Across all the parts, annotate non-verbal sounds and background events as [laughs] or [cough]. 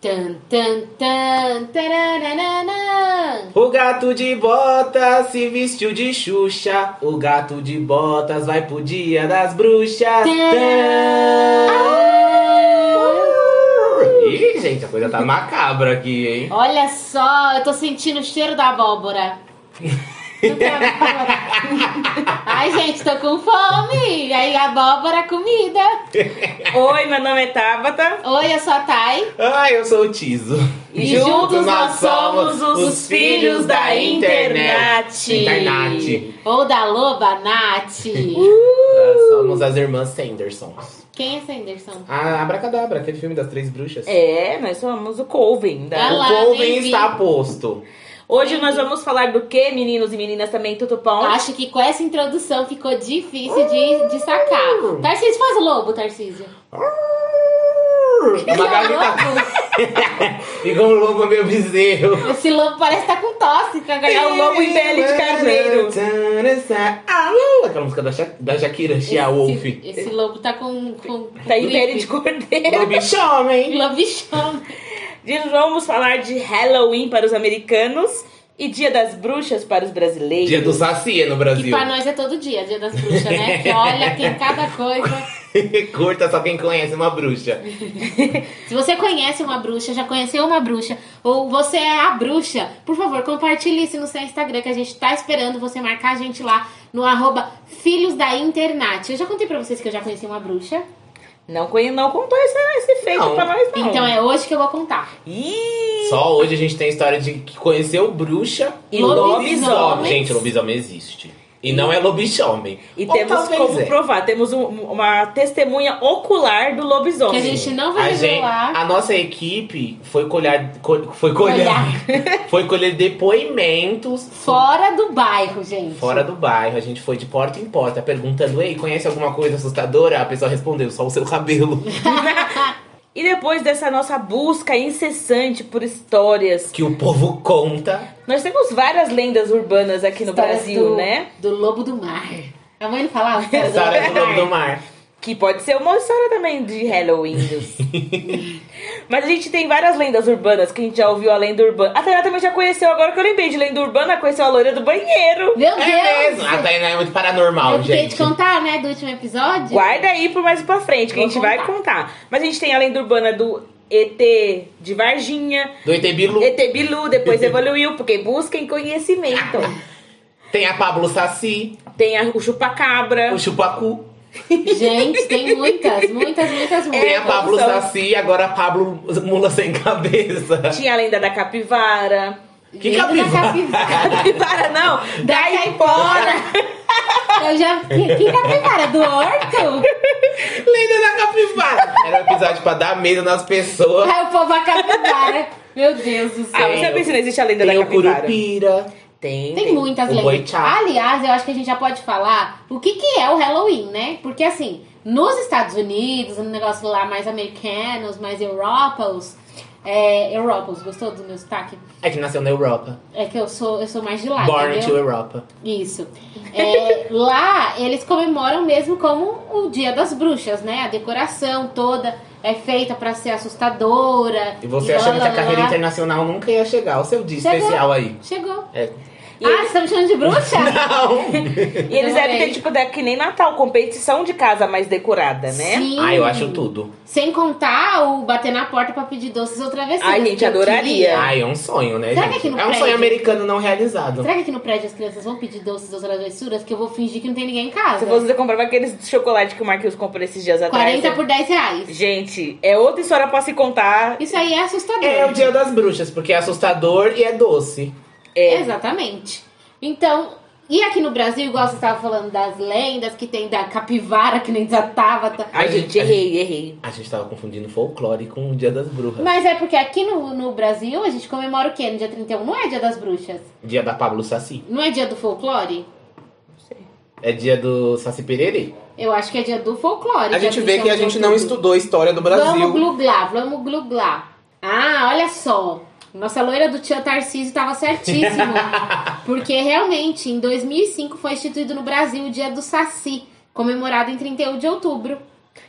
Tan, tan, tan, tarararana. O gato de botas se vestiu de Xuxa. O gato de botas vai pro dia das bruxas. Tã. Ih, gente, a coisa tá macabra aqui, hein? Olha só, eu tô sentindo o cheiro da abóbora. Não tem abóbora? Ai, gente, tô com fome. E aí, abóbora, comida. Oi, meu nome é Tabata. Oi, eu sou a Thay. Ah, eu sou o Tiso. E juntos nós somos os, filhos da internet. Internet. Ou da loba, Nath. Nós somos as irmãs Sandersons. Quem é essa Anderson? A Abracadabra, aquele filme das três bruxas. É, nós somos o Colvin. Ah Da... lá, O Colvin nem vi. está posto. Hoje nós vamos falar do que, meninos e meninas também, Tutupão? Acho que com essa introdução ficou difícil de, de sacar. Tarcísio, faz o lobo, Tarcísio. é Magali tá igual um lobo meu bezerro. Esse lobo parece que tá com tosse. Tá É o lobo em pele de carneiro. Alô! Aquela música da, Sha da Shakira, Shia Wolf. Esse, esse lobo tá com. com Tá em pele de cordeiro. Lobisomem! Lobichão. De vamos falar de Halloween para os americanos e Dia das Bruxas para os brasileiros. Dia do Saci é no Que Brasil. pra nós é todo dia, dia das bruxas, né? Que olha, tem cada coisa. [laughs] Curta só quem conhece uma bruxa. Se você conhece uma bruxa, já conheceu uma bruxa, ou você é a bruxa, por favor, compartilhe isso no seu Instagram, que a gente tá esperando você marcar a gente lá no arroba Filhos da Internet. Eu já contei pra vocês que eu já conheci uma bruxa. Não, conhe- não contou esse, esse feito Não. pra nós, não. Então é hoje que eu vou contar. Ih! Só hoje a gente tem a história de que conheceu bruxa E lobisomens. Gente, lobisomem existe. E não é lobisomem. E Ou temos talvez como é. provar. Temos um- uma testemunha ocular do Que lobisomem. a gente não A, vai gente, revelar. a nossa equipe foi colher, col- foi colher, [laughs] foi colher depoimentos Fora do bairro, gente. fora do bairro. A gente foi de porta em porta perguntando: Ei, conhece alguma coisa assustadora? A pessoa respondeu: Só o seu cabelo. [laughs] [laughs] E depois dessa nossa busca incessante por histórias, que o povo conta. nós temos várias lendas urbanas aqui no Histórias Brasil, do- né? Do lobo do mar. A mãe não falava? A história do lobo do mar. Que pode ser uma história também de Halloween. Mas a gente tem várias lendas urbanas que a gente já ouviu a lenda urbana. A Tainá também já conheceu, agora que eu lembrei de lenda urbana, conheceu a loira do banheiro. Meu Deus! É mesmo. A Tainá é muito paranormal, Eu fiquei gente. te contar, né, do último episódio. Guarda aí por mais pra frente, que a Vou gente vai contar. Mas a gente tem a lenda urbana do ET de Varginha, Do ET Bilu. ET Bilu, depois evoluiu, porque busquem conhecimento. Tem a Pablo Saci, Tem a, o chupacabra. o Chupacu. Gente, tem muitas, muitas, muitas, muitas. Tem a É, Pablo são- Saci, agora a Pablo Mula Sem Cabeça. Tinha a lenda da capivara. [laughs] Que Lenda da capivara? Capivara não, Da da caipora. embora. Eu já fiquei. Que capivara? Do horto? Lenda da Capivara. Era um episódio pra dar medo nas pessoas. Aí o povo a capivara. Meu Deus do Ah, céu. você pensa, não existe a lenda Tem da o capivara. Curupira. Tem, Tem muitas o boi lendas. Ah. tchá. Aliás, eu acho que a gente já pode falar o que, que é o Halloween, né? Porque assim, nos Estados Unidos, no negócio lá mais americanos, mais europeus, é, europeus, gostou do meu sotaque? É que nasceu na Europa. É que eu sou, eu sou mais de lá, Born to Ah, entendeu? Europa. Isso. É, lá eles comemoram mesmo como o Dia das Bruxas, né? A decoração toda é feita pra ser assustadora. E você lá, achando que lá, a carreira lá. internacional nunca ia chegar. O seu dia Chegou. especial aí. Chegou. É. E ah, eles- vocês estão me chamando de bruxa? [laughs] Não! E eles devem ter, Adorei. tipo, da- que nem Natal, competição de casa mais decorada, né? Sim. Ah, eu acho tudo. Sem contar o bater na porta pra pedir doces ou travessuras. Ai, gente, que eu adoraria. queria. Ai, é um sonho, né, Será que gente? aqui no É um sonho prédio? americano não realizado. Será que aqui no prédio as crianças vão pedir doces ou travessuras? Que eu vou fingir que não tem ninguém em casa. Se você comprava aqueles chocolate que o Marquinhos comprou esses dias atrás. 40 por 10 reais. Gente, é outra história pra se contar. Isso aí é assustador. É o dia das bruxas, porque é assustador e é doce. É. Exatamente. Então, e aqui no Brasil, igual você estava falando das lendas, que tem da capivara, que nem da Tabata. Ai, gente, errei, errei. A gente tava confundindo folclore com o dia das bruxas. Mas é porque aqui no, no Brasil a gente comemora o quê? No dia 31? Não é dia das bruxas? Dia da Pablo Saci. Não é dia do folclore? É dia do Saci Pererê. Eu acho que é dia do folclore. A dia gente vê que 31 a de gente não outubro. estudou a história do um Vamos Brasil. gluglar, vamos gluglar. Ah, olha só. Nossa loira do tio Tarcísio estava certíssimo. [laughs] porque realmente, em 2005 foi instituído no Brasil o dia do Saci, comemorado em 31 de outubro.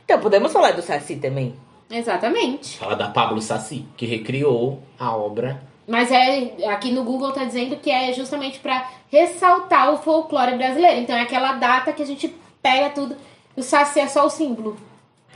Então, podemos falar do Saci também. Exatamente. Fala da Pablo Saci, que recriou a obra. Mas é aqui no Google tá dizendo que é justamente pra ressaltar o folclore brasileiro. Então é aquela data que a gente pega tudo. O Saci é só o símbolo.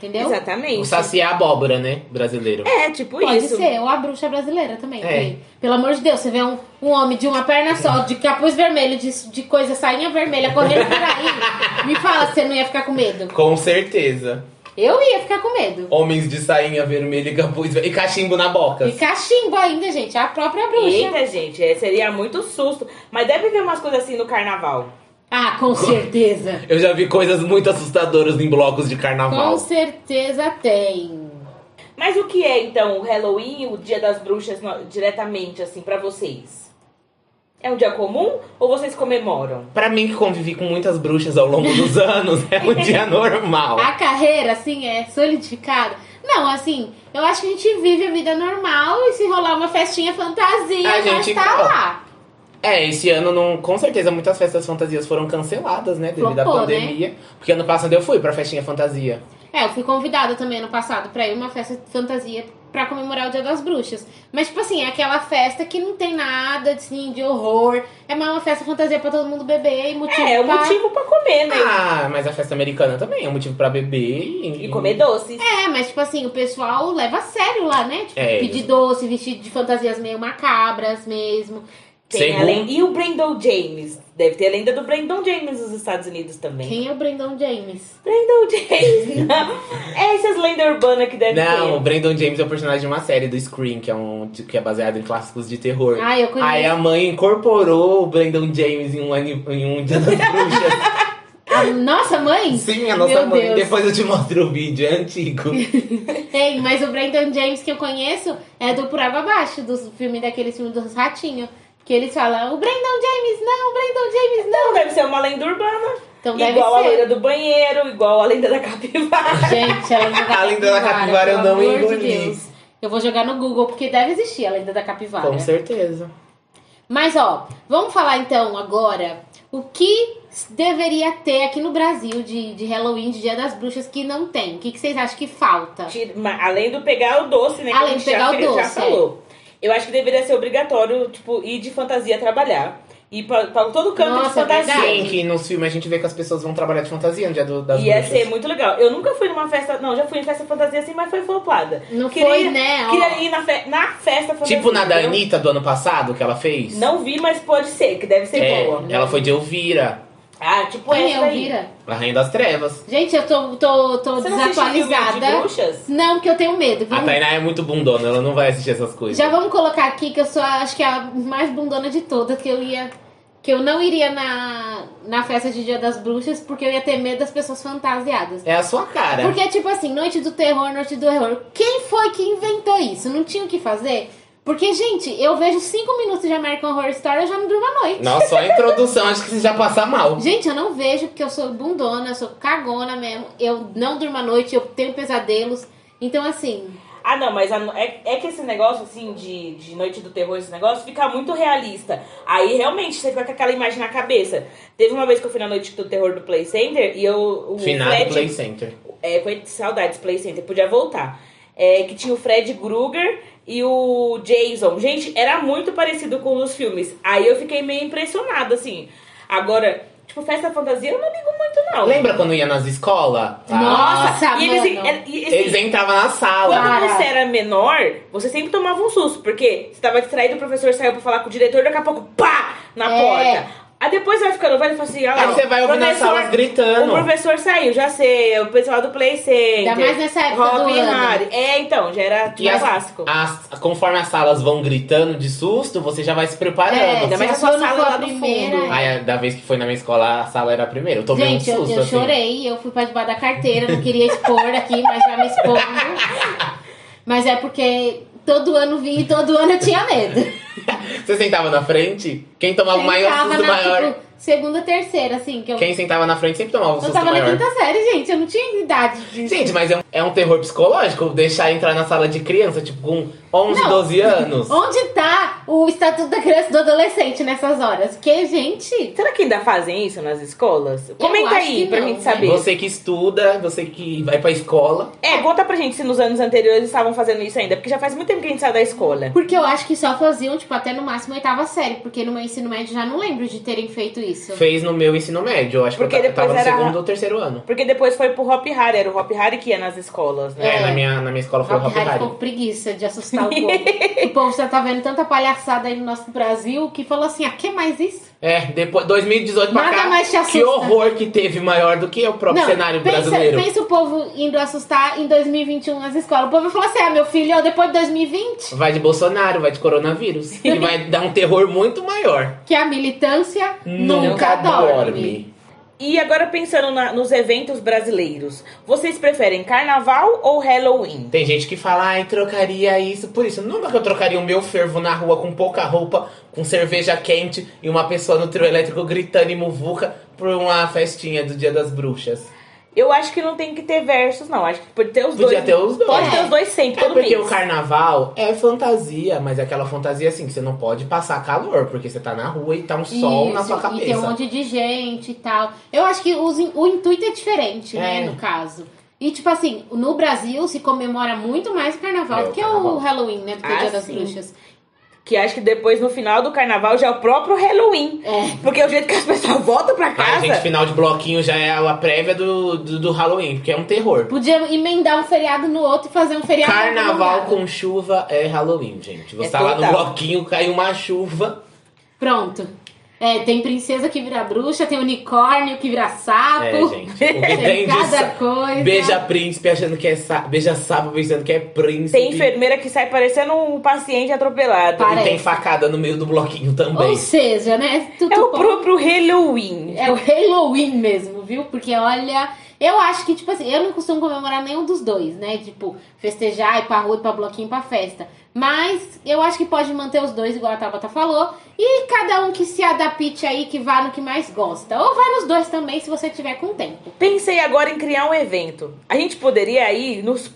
Entendeu? Exatamente. O Saci é a abóbora, né? Brasileiro. É, tipo Pode isso. ser, ou a bruxa brasileira também. É. porque, Pelo amor de Deus, você vê um, um homem de uma perna só, de capuz vermelho, de, de coisa, sainha vermelha, correndo por aí. Me fala se você não ia ficar com medo. Com certeza. Eu ia ficar com medo. Homens de sainha vermelha e capuz ver- e cachimbo na boca. E cachimbo ainda, gente. A própria bruxa. Eita, gente, é, seria muito susto. Mas deve ter umas coisas assim no carnaval. Ah, com certeza. Eu já vi coisas muito assustadoras em blocos de Com Tá carnaval. certeza tem. Mas o que é então o Halloween e o Dia das Bruxas no- diretamente assim pra vocês? É um dia comum ou vocês comemoram? Pra mim, que convivi com muitas bruxas ao longo dos [laughs] anos, é um dia normal. A carreira, assim, é solidificada. Não, assim, eu acho que a gente vive a vida normal e se rolar uma festinha fantasia, A a gente gente tá cola. lá. É, esse ano, não, com certeza, muitas festas fantasias foram canceladas, né? Devido à Flopou, né? pandemia. Porque ano passado eu fui pra festinha fantasia. É, eu fui convidada também ano passado pra ir uma festa de fantasia pra comemorar o Dia das Bruxas. Mas, tipo assim, é aquela festa que não tem nada assim, de horror. É mais uma festa fantasia pra todo mundo beber e motivo É, é um pra- motivo pra comer, né? Ah, mas a festa americana também é um motivo pra beber e, E comer doces. É, mas, tipo assim, o pessoal leva a sério lá, né? Tipo, É, pedir doce, vestido de fantasias meio macabras mesmo. Tem Sem a lenda- E o Brandon James. Deve ter a lenda do Brandon James nos Estados Unidos também. Quem é o Brandon James? Brandon James, [laughs] não. É essas lendas urbanas que deve Não, o ter. Brandon James é o personagem de uma série do Scream, que é, um, que é baseado em clássicos de terror. Ah, eu conheço. Aí a mãe incorporou o Brandon James em um, ani- em um [laughs] Dia das Bruxas. A nossa mãe? Sim, a nossa Meu mãe. Deus. Depois eu te mostro o vídeo, é antigo. Ei, mas o Brandon James que eu conheço é do Por Água Abaixo, do filme daquele filme dos ratinhos. Que eles falam, o Brandon James não, o Brandon James não. Não, deve ser uma lenda urbana. Então deve igual a ser. lenda do banheiro, igual a lenda da capivara. [laughs] Gente, a lenda da capivara. [laughs] A lenda da capivara eu pelo não amor de engoli. Deus. Eu vou jogar no Google, porque deve existir a lenda da capivara. Com certeza. Mas ó, vamos falar então agora o que deveria ter aqui no Brasil de, de Halloween, de Dia das Bruxas, que não tem. O que, que vocês acham que falta? Tira- ma- Além do pegar o doce, né? que Além a gente de pegar já, o fe- já doce, é. falou. Eu acho que deveria ser obrigatório, tipo, ir de fantasia trabalhar. Ir pra, pra todo canto de Nossa, é fantasia. verdade. Sim, que nos filmes a gente vê que as pessoas vão trabalhar de fantasia no Dia do, das Ia Bruxas. ser muito legal. Eu nunca fui numa festa. Não, já fui em festa fantasia assim, mas foi flopada. Não Queria- foi, né? Ó. Queria ir na, fe- na festa fantasia. Tipo na da entendeu? Anitta do ano passado, que ela fez. Não vi, mas pode ser, que deve ser É, boa. ela foi de Elvira, Ah, tipo Quem é essa daí. Elvira? a Rainha das Trevas. Gente, eu tô, tô, tô Você não assistiu Guilda de desatualizada. Bruxas? Não, porque eu tenho medo. A Vamos- Tainá é muito bundona, ela não vai assistir essas coisas. já vamos colocar aqui que eu sou, a- acho que a mais bundona de todas, que eu ia. Que eu não iria na, na festa de Dia das Bruxas, porque eu ia ter medo das pessoas fantasiadas. É a sua cara. Porque, tipo assim, noite do terror, noite do horror. Quem foi que inventou isso? Não tinha o que fazer? Porque, gente, eu vejo cinco minutos de American Horror Story, eu já não durmo a noite. Nossa, só a introdução, acho que você já passa mal. Gente, eu não vejo porque eu sou bundona, eu sou cagona mesmo. Eu não durmo a noite, eu tenho pesadelos. Então, assim, Ah, não, mas a no- é, é que esse negócio, assim, de, de Noite do Terror, esse negócio, fica muito realista. Aí, realmente, você fica com aquela imagem na cabeça. Teve uma vez que eu fui na Noite do Terror do Play Center e eu... O Finado Fred, Play Center. É, foi saudades Play Center, podia voltar. É, que tinha o Fred Krueger e o Jason. Gente, era muito parecido com os filmes. Aí eu fiquei meio impressionada, assim. Agora, tipo, festa fantasia, eu não ligo muito, não. Lembra quando ia nas escolas? Nossa, e eles, mano. e- e- assim, Eles entravam na Quando sala. Para. você era menor, você sempre tomava um susto, porque você tava distraído, o professor saiu pra falar com o diretor, daqui a pouco, pá, na É. porta. Aí depois vai ficando velho e fala assim, ah, Aí você vai ouvir na sala O gritando. professor saiu, já sei, o pessoal do Play Center. Ainda mais nessa época Robin do e ano. Harry. É, então, já era E tipo as, clássico. as- conforme as salas vão gritando de susto, você já vai se preparando. É, se ainda mais a sua sua não sala for lá do primeira, fundo. é. Aí, da vez que foi na minha escola, a sala era a primeira. Eu tomei Gente, um eu, susto, eu assim. chorei, eu fui pra debaixo da carteira, não queria expor aqui, mas já me expondo. [laughs] Mas é porque todo ano vinha e todo ano eu tinha medo. [laughs] Você sentava na frente? Quem tomava É o maior Sentava susto na, maior? tipo, segunda, terceira, assim, que eu. Quem sentava na frente sempre tomava o eu susto tava na maior. quinta série, gente, eu não tinha idade de. Gente, mas é um, é um terror psicológico deixar entrar na sala de criança, tipo, com 11, Não. 12 [laughs] anos. Onde tá o estatuto da criança e do adolescente nessas horas? Porque, gente. Será que ainda fazem isso nas escolas? Comenta acho aí que pra não, gente né? saber. Você que estuda, você que vai pra escola. É, conta pra gente se nos anos anteriores estavam fazendo isso ainda, porque já faz muito tempo que a gente saiu da escola. Porque eu acho que só faziam, tipo, até no máximo oitava série. Porque no meu ensino médio já não lembro de terem feito isso. Fez no meu ensino médio, eu acho Porque que eu ta- tava depois no era- segundo ou terceiro ano. Porque depois foi pro Hop Hari, era o Hop Hari que ia nas escolas, né? É, É. na, minha, na minha escola foi o Hop Rock Hard Hari. ficou com preguiça de assustar [laughs] o povo. o povo já tá vendo tanta palhaçada aí no nosso Brasil que falou assim: ah, que mais isso? É, depois, 2018 pra Nada cá, mais te assusta. que horror que teve maior do que o próprio cenário pensa, brasileiro. pensa o povo indo assustar em 2021 nas escolas. O povo falou assim: ah, meu filho, ó, depois de 2020, Vai de Bolsonaro, vai de [laughs] coronavírus. E vai dar um terror muito maior. que a militância nunca, dorme. E agora pensando na- nos eventos brasileiros, vocês preferem carnaval ou Halloween? Tem gente que fala, ai, trocaria isso por isso. Nunca que eu trocaria o meu fervo na rua com pouca roupa, com cerveja quente e uma pessoa no trio elétrico gritando e muvuca por uma festinha do Dia das Bruxas. Eu acho que não tem que ter versos, não. Acho que pode ter os Podia dois. ter os dois. Pode ter É. os dois sempre, É todo porque mês. o carnaval é fantasia, mas é aquela fantasia assim que você não pode passar calor, porque você tá na rua e tá um sol na Isso, sua E tem um cabeça. monte de gente e tal. Eu acho que os in- o intuito é diferente, É. né, no caso. E, tipo assim, no Brasil se comemora muito mais o carnaval É, do o que carnaval. o Halloween, né? Do que o Ah, Dia das sim. Bruxas. Que acho que depois, no final do carnaval, já é o próprio Halloween. É. Porque é o jeito que as pessoas voltam pra casa. Ai, Ah, gente, final de bloquinho já é a prévia do, do, do Halloween, porque é um terror. Podia emendar um feriado no outro e fazer um feriado. Carnaval acumulado. com chuva é Halloween, gente. Você É tá lá no total. bloquinho, caiu uma chuva. Pronto. É, tem princesa que vira bruxa, tem unicórnio que vira sapo. É, gente. O que tem Tem de cada sa- coisa. Beija príncipe achando que é sapo. Beija sapo pensando que é príncipe. Tem enfermeira que sai parecendo um paciente atropelado. Para- E tem Parece. facada no meio do bloquinho também. [laughs] Ou seja, né? Tudo É o bom. próprio Halloween. É o Halloween mesmo, viu? Porque olha, eu acho que, tipo assim, eu não costumo comemorar nenhum dos dois, né? Tipo, festejar, ir pra rua, ir pra bloquinho, pra festa. Mas eu acho que pode manter os dois, igual a Tabata falou. E cada um que se adapte aí, que vá no que mais gosta. Ou vai nos dois também, se você tiver com tempo. Pensei agora em criar um evento. A gente poderia ir nos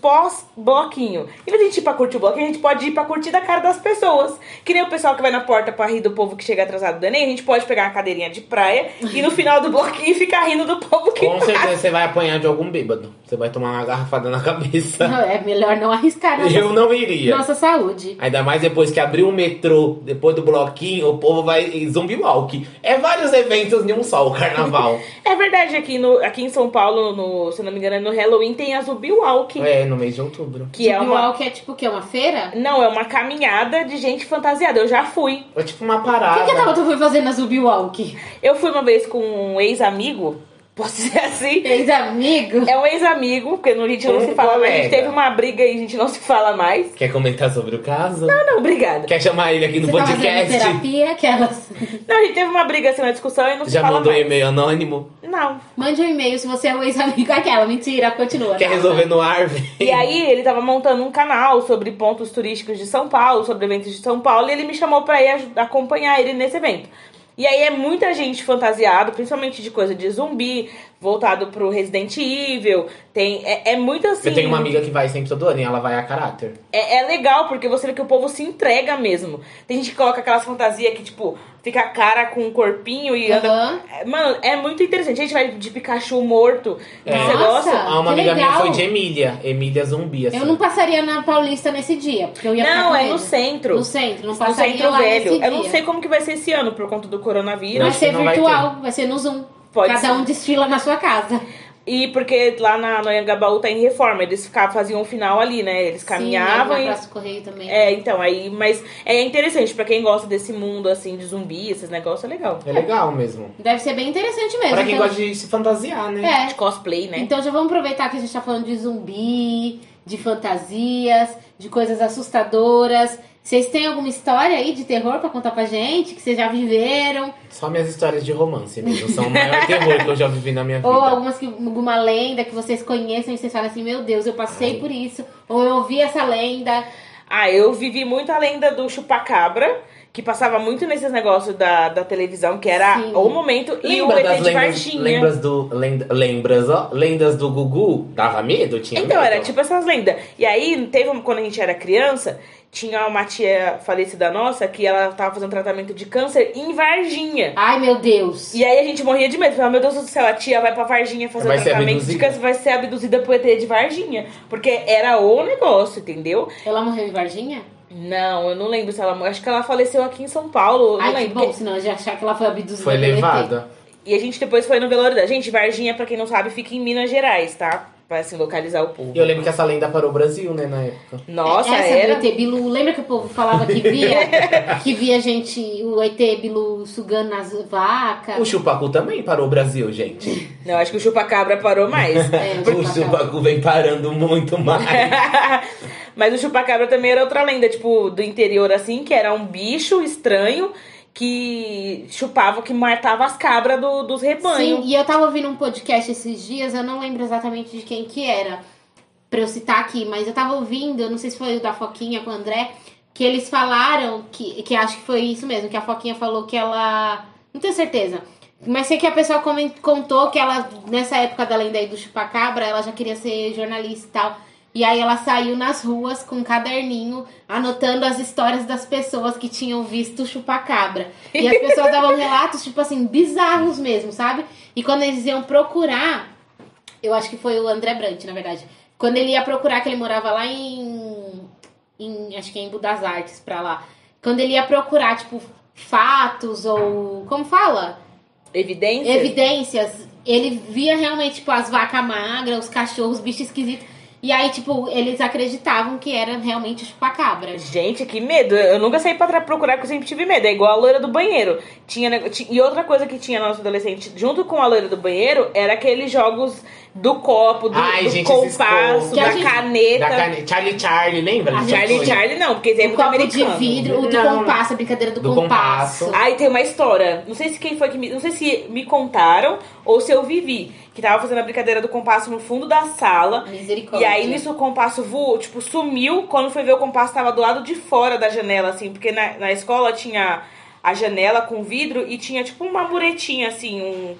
pós-bloquinho. Em vez de a gente ir pra curtir o bloquinho, a gente pode ir pra curtir da cara das pessoas. Que nem o pessoal que vai na porta pra rir do povo que chega atrasado do Enem, a gente pode pegar uma cadeirinha de praia e no final do bloquinho [laughs] ficar rindo do povo que Com certeza você vai apanhar de algum bêbado. Você vai tomar uma garrafada na cabeça. É melhor não arriscar nossa, [laughs] Eu não iria. nossa saúde. Ainda mais depois que abriu o metrô, depois do bloquinho, o povo vai em zumbi walk. É vários eventos em um só, o [laughs] carnaval. É verdade, aqui, no, aqui em São Paulo, no, se eu não me engano, no Halloween tem a Zumbi Walk. é, no mês de outubro. Que é uma. que é tipo o quê? Uma feira? Não, é uma caminhada de gente fantasiada. Eu já fui. É tipo uma O parada. Ah, que, que a Tabata foi fazer na Zubi Walk? Eu fui uma vez com um ex-amigo, [laughs] posso dizer assim. Ex-amigo? É um ex-amigo, porque a gente não Um se fala mais. A gente colega. teve uma briga e a gente não se fala mais. Quer comentar sobre o caso? Ah, não, obrigada. Quer chamar ele aqui no Você tá fazendo podcast? terapia, aquelas. Não, a gente teve uma briga assim na discussão e não se Já fala mandou um mais. e-mail anônimo? Não. Mande um e-mail se você é um ex-amigo. Aquela, mentira, continua. Quer Tabata. resolver no ar? vem. E aí ele tava montando um canal sobre pontos turísticos de São Paulo, sobre eventos de São Paulo, e ele me chamou pra ir aj- acompanhar ele nesse evento. E aí é muita gente fantasiada, principalmente de coisa de zumbi, voltado pro Resident Evil. Tem, é, é muito assim. Eu tenho uma amiga que vai sempre todo ano e ela vai a caráter. É, é legal, porque você vê que o povo se entrega mesmo. Tem gente que coloca aquelas fantasias que, tipo, fica a cara com o corpinho e anda. Aham. É, Mano, é muito interessante. A gente vai de Pikachu morto. que É. Você Nossa! gosta? Ah, uma que amiga minha legal. foi de Emília. Emília zumbi, assim. Eu não passaria na Paulista nesse dia, porque eu ia ficar Não, com é medo. no centro. No centro, não No passaria centro lá velho. nesse Eu não dia. sei como que vai ser esse ano por conta do Vai coronavírus. Acho que ser não vai virtual, vai, ser no Zoom. Pode Cada ser. um desfila na sua casa. E porque lá na no Anhangabaú tá em reforma. Eles ficavam, faziam um final ali, né? Eles caminhavam Sim, e na Praça do Correio também. É, então, aí, mas é interessante, pra quem gosta desse mundo assim de zumbi, esses negócios é legal. É legal mesmo. Deve ser bem interessante mesmo. Pra quem então- gosta de se fantasiar, né? É, De cosplay, né? Então já vamos aproveitar que a gente tá falando de zumbi, de fantasias, de coisas assustadoras. Vocês têm alguma história aí de terror pra contar pra gente? Que vocês já viveram? Só minhas histórias de romance mesmo. São [laughs] o maior terror que eu já vivi na minha vida. Ou algumas que, alguma lenda que vocês conhecem e vocês falam assim, meu Deus, eu passei por isso. Ou eu ouvi essa lenda. Ah, eu vivi muito a lenda do chupacabra, que passava muito nesses negócios da, da televisão, que era Sim. o momento, e o Lembra ET das de lendas, Varginha. lembras do. lenda- lembras, ó? Lendas do Gugu? Dava medo? Tinha Então, medo? era tipo essas lendas. E aí, teve um- quando a gente era criança, Tinha uma tia falecida nossa que ela tava fazendo tratamento de câncer em Varginha. Ai, meu Deus. E aí a gente morria de medo. Falava, meu Deus do céu, a tia vai pra Varginha fazer Vai o ser tratamento de abduzida? câncer, vai ser abduzida pro ET de Varginha. Porque era o negócio, entendeu? Ela morreu em Varginha? Não, eu não lembro se ela. Acho que ela faleceu aqui em São Paulo. eu não Ai, que lembro. bom, senão eu já achar que ela foi abduzida. Foi pelo ET. levada. E a gente depois foi no velório da. Gente, Varginha, pra quem não sabe, fica em Minas Gerais, tá? Pra assim, localizar o povo. E eu lembro que essa lenda parou o Brasil, né, na época. Nossa, Essa é era. do ET Bilu, lembra que o povo falava que [laughs] via, que via gente, o ET Bilu sugando nas vacas? O Chupacu também parou o Brasil, gente. Não, acho que o chupacabra parou [laughs] mais. [laughs] É, O Chupacu vem parando muito mais. Mas o chupacabra também era outra lenda, tipo, do interior, assim, que era um bicho estranho que chupava, que matava as cabras do- dos Sim, rebanhos. e eu tava ouvindo um podcast esses dias, eu não lembro exatamente de quem que era, pra eu citar aqui, mas eu tava ouvindo, eu não sei se foi o da Foquinha com o André, que eles falaram que, que acho que foi isso mesmo, que a Foquinha falou que ela. Não tenho certeza. Mas sei que a pessoa comen- contou que ela, nessa época da lenda aí do chupacabra, ela já queria ser jornalista e tal. E aí ela saiu nas ruas com um caderninho, anotando as histórias das pessoas que tinham visto o chupacabra. E as pessoas davam relatos, tipo assim, bizarros mesmo, sabe? E quando eles iam procurar, eu acho que foi o André Brant, na verdade. Quando ele ia procurar, que ele morava lá em. em- acho que é em Budas Artes, pra lá. Quando ele ia procurar, tipo, fatos ou. Como fala? Evidência? Evidências. Ele via realmente, tipo, as vacas magras, os cachorros, os bichos esquisitos. E aí, tipo, eles acreditavam que era realmente tipo, o chupacabra. Gente, que medo. Eu nunca saí pra tra- procurar porque eu sempre tive medo. É igual a loira do banheiro. Tinha, nego- ti- e outra coisa que tinha na nossa adolescente, junto com a loira do banheiro, era aqueles jogos do copo, do, Ai, do gente, esses compasso, copo. Que a da gente- caneta. Da cane... Charlie Charlie, lembra? A gente- Charlie Charlie não, porque é o muito copo americano. de vidro, o do Não. compasso, a brincadeira do, Do compasso. Aí tem uma história. Não sei se quem foi que me. Não sei se me contaram ou se eu vivi. Que tava fazendo a brincadeira do compasso no fundo da sala. E Misericórdia. aí nisso o compasso voou, tipo, sumiu. Quando foi ver o compasso tava do lado de fora da janela, assim, porque na, na escola tinha a janela com vidro e tinha tipo uma muretinha, assim, um,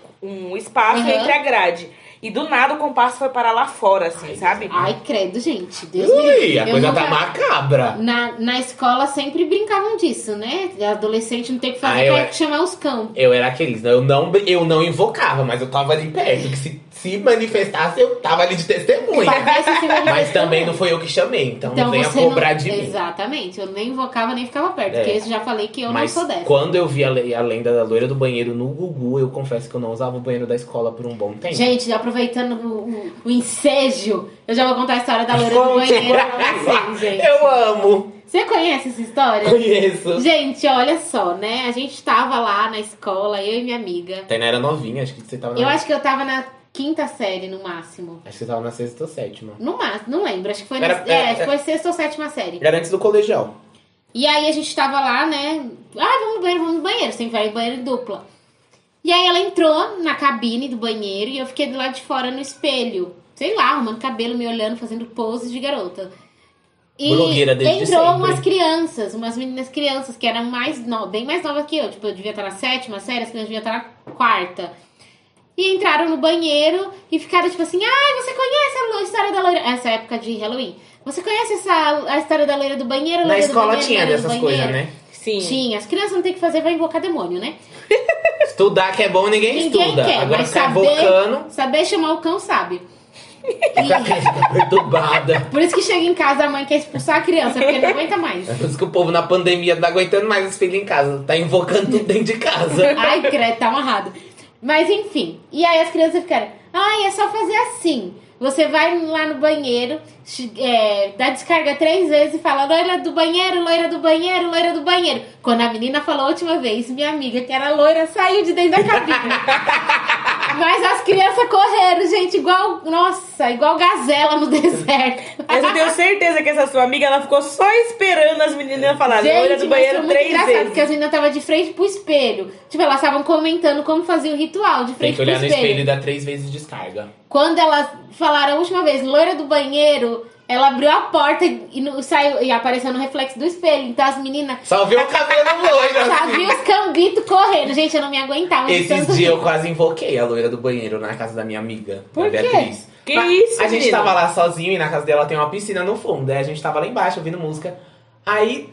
um espaço Uhum. entre a grade. E do nada o compasso foi parar lá fora, assim, sabe? Ai, credo, gente. Deus me Ui, a Eu coisa nunca- tá macabra. Na, na escola sempre brincavam disso, né? Adolescente não tem o que fazer Ah, eu pra é. chamar os cão. Eu era aqueles, né? eu não, eu não invocava, mas eu tava ali perto. Que se, se manifestasse, eu tava ali de testemunha. Pra ver se se [laughs] Mas manifestou. também não foi eu que chamei, então, não venha você não- cobrar de mim. Exatamente, eu nem invocava nem ficava perto, É. porque eu já falei que eu Mas não sou dessa. quando eu vi a, le- a lenda da loira do banheiro no Gugu, eu confesso que eu não usava o banheiro da escola por um bom tempo. Gente, aproveitando o, o, o ensejo, eu já vou contar a história da loira do banheiro [laughs] pra vocês, gente. eu amo, Você conhece essa história? conheço. Gente, olha só, né? A gente tava lá na escola, eu e minha amiga. Tainá era novinha, acho que você tava na. Eu acho que eu tava na quinta série, no máximo. acho que você tava na sexta ou sétima. No máximo, não lembro, acho que foi, Era- na, é, era- foi sexta ou sétima série. Era antes do colegial. E aí a gente tava lá, né? Ah, vamos no banheiro, vamos no banheiro. Sempre vai em banheiro dupla. E aí ela entrou na cabine do banheiro e eu fiquei do lado de fora no espelho. Sei lá, arrumando cabelo, me olhando, fazendo poses de garota. E Blogueira desde entrou sempre. umas crianças, umas meninas crianças, que eram mais no... bem mais novas que eu. Tipo, eu devia estar na sétima série, as crianças deviam estar na quarta. E entraram no banheiro e ficaram tipo assim: ai, você conhece a lo- história da loira. Essa época de Halloween. Você conhece essa, a história da loira do banheiro? na loira do escola banheiro, tinha loira do dessas banheiro?" coisas, né? Sim. Tinha. As crianças não tem o que fazer, vai invocar demônio, né? Estudar que é bom, ninguém, Ninguém estuda. quer, Agora mas ficar saber- invocando, Saber chamar o cão [laughs] sabe. ficar fica [laughs] perturbada. Por isso que chega em casa a mãe quer expulsar a criança, porque não aguenta mais. Por isso que o povo na pandemia não tá aguentando mais os filhos em casa. Tá invocando tudo dentro de [laughs] casa. Ai, credo, tá amarrado. Mas enfim. E aí as crianças ficaram. Ai, é só fazer assim. Você vai lá no banheiro, che- é, dá descarga três vezes e fala loira do banheiro, loira do banheiro, loira do banheiro. Quando a menina falou a última vez, minha amiga, que era loira, saiu de dentro da cabine. [laughs] Mas as crianças correram, gente, igual. Nossa, igual gazela no [laughs] deserto. Mas eu tenho certeza que essa sua amiga, ela ficou só esperando as meninas falarem. Gente, Olha mas do foi banheiro muito três engraçado, porque as vezes. meninas estavam de frente pro espelho. Tipo, elas estavam comentando como fazia o ritual de Tem frente que olhar pro no espelho. espelho e dar três vezes descarga. Quando elas falaram a última vez, loira do banheiro, ela abriu a porta e, no- saiu, e apareceu no reflexo do espelho. Então as meninas Só viu o cabelo né? já loiro. viu os cambitos correndo. Gente, eu não me aguentava. de Esses tanto dias rir. eu quase invoquei a loira do banheiro na casa da minha amiga, Por da quê? Beatriz. Que Mas isso, A gente menina? tava lá sozinho e na casa dela tem uma piscina no fundo. Aí a gente tava lá embaixo ouvindo música. Aí,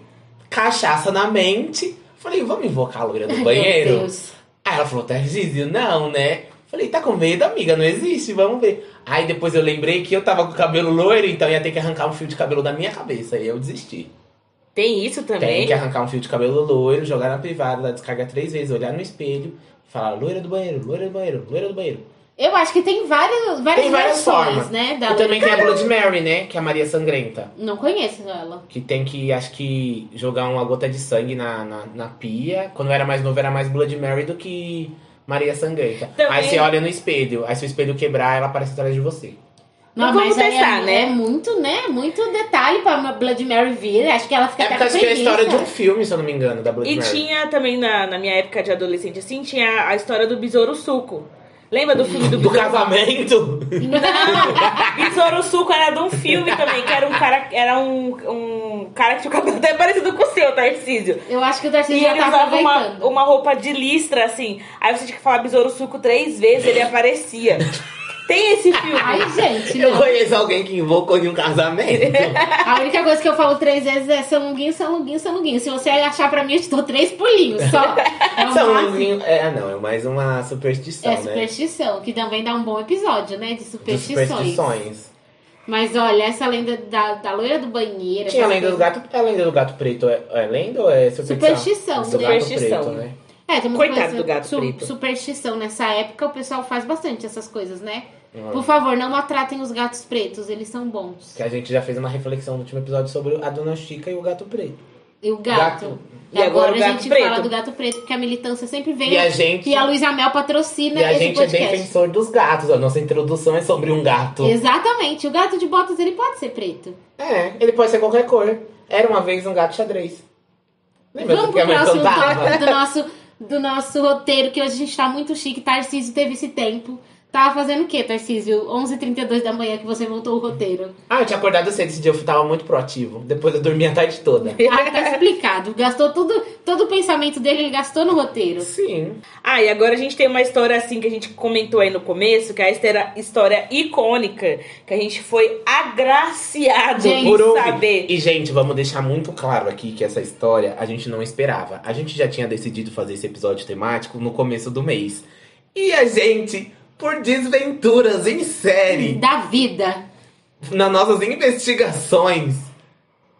cachaça na mente. Falei, vamos invocar a loira do [laughs] banheiro? Meu Deus. Aí ela falou, Tarcísio, não, né? Falei, tá com medo, amiga, não existe, vamos ver. Aí depois eu lembrei que eu tava com o cabelo loiro, então ia ter que arrancar um fio de cabelo da minha cabeça. E eu desisti. Tem isso também? Tem que arrancar um fio de cabelo loiro, jogar na privada, dar descarga três vezes, olhar no espelho, falar loira do banheiro, loira do banheiro, loira do banheiro. Eu acho que tem várias, várias, Tem várias versões, formas. né? Da E também tem loira. a Blood Mary, né? Que é a Maria Sangrenta. Não conheço ela. Que tem que, acho que, jogar uma gota de sangue na, na, na pia. Quando eu era mais novo, era mais Blood Mary do que Maria Sangrenta. Também- Aí você olha no espelho, aí se o espelho quebrar, ela aparece atrás de você. Não mas vamos testar, é, né? É muito, né? Muito detalhe pra uma Blood Mary vir. Acho que ela fica né? É até com porque acho que é a preguiça. história de um filme, se eu não me engano, da Blood E Mary. tinha também na, na minha época de adolescente, assim, tinha a história do Besouro Suco. Lembra do filme do Do Besouro? casamento? Não! Besouro Suco era de um filme também, que era um cara. Era um, um cara que tinha o cabelo até parecido com o seu, Tarcísio. [laughs] Eu acho que o E Darcy já ele tá usava uma, aproveitando. um- uma roupa de listra, assim. Aí você tinha que falar Besouro Suco três vezes, ele aparecia. Tem esse Ai, filme. gente, Eu não. conheço alguém que invocou em um casamento. A única coisa que eu falo três vezes é São Longuinho, São Longuinho, São Longuinho. Se você achar pra mim, eu te dou três pulinhos só. É o São máximo. Longuinho. É, não, é mais uma superstição, É né? superstição, que também dá um bom episódio, né? De De superstições. superstições. Mas olha, essa lenda da, da loira do banheiro. Tinha a essas lenda do coisas- gato. A lenda do gato preto é, é lenda ou é Superstição, superstição? Do né? gato Superstição. preto, né? É, tem uma Coitado coisa- do gato preto. Superstição. Nessa época, o pessoal faz bastante essas coisas, né? Por favor, não maltratem os gatos pretos, eles são bons. Que a gente já fez uma reflexão no último episódio sobre a dona Chica e o gato preto. E o gato. Gato. E, E agora agora, o a gato gente preto. fala do gato preto, porque a militância sempre vem. E a gente- E a Luísa Mel patrocina e a esse gente é podcast. defensor dos gatos. A nossa introdução é sobre um gato. Exatamente. O gato de botas, ele pode ser preto. É, ele pode ser qualquer cor. Era uma vez um gato xadrez. Lembra Vamos do que pro a mãe próximo cantava? tópico do nosso, do nosso roteiro, que hoje a gente tá muito chique. Tarcísio teve esse tempo. Tava fazendo o quê, Tarcísio? 11h32 da manhã que você voltou o [laughs] roteiro. Ah, eu tinha acordado cedo esse dia, eu tava muito proativo. Depois eu dormi a tarde toda. Ah, tá explicado. Gastou tudo, todo o pensamento dele, ele gastou no roteiro. Sim. Ah, e agora a gente tem uma história assim que a gente comentou aí no começo, que é a histera- história icônica, que a gente foi agraciado Gente. por Por um ouvir. saber. E, gente, vamos deixar muito claro aqui que essa história a gente não esperava. A gente já tinha decidido fazer esse episódio temático no começo do mês. E a gente, por desventuras em série, Da vida. nas nossas investigações,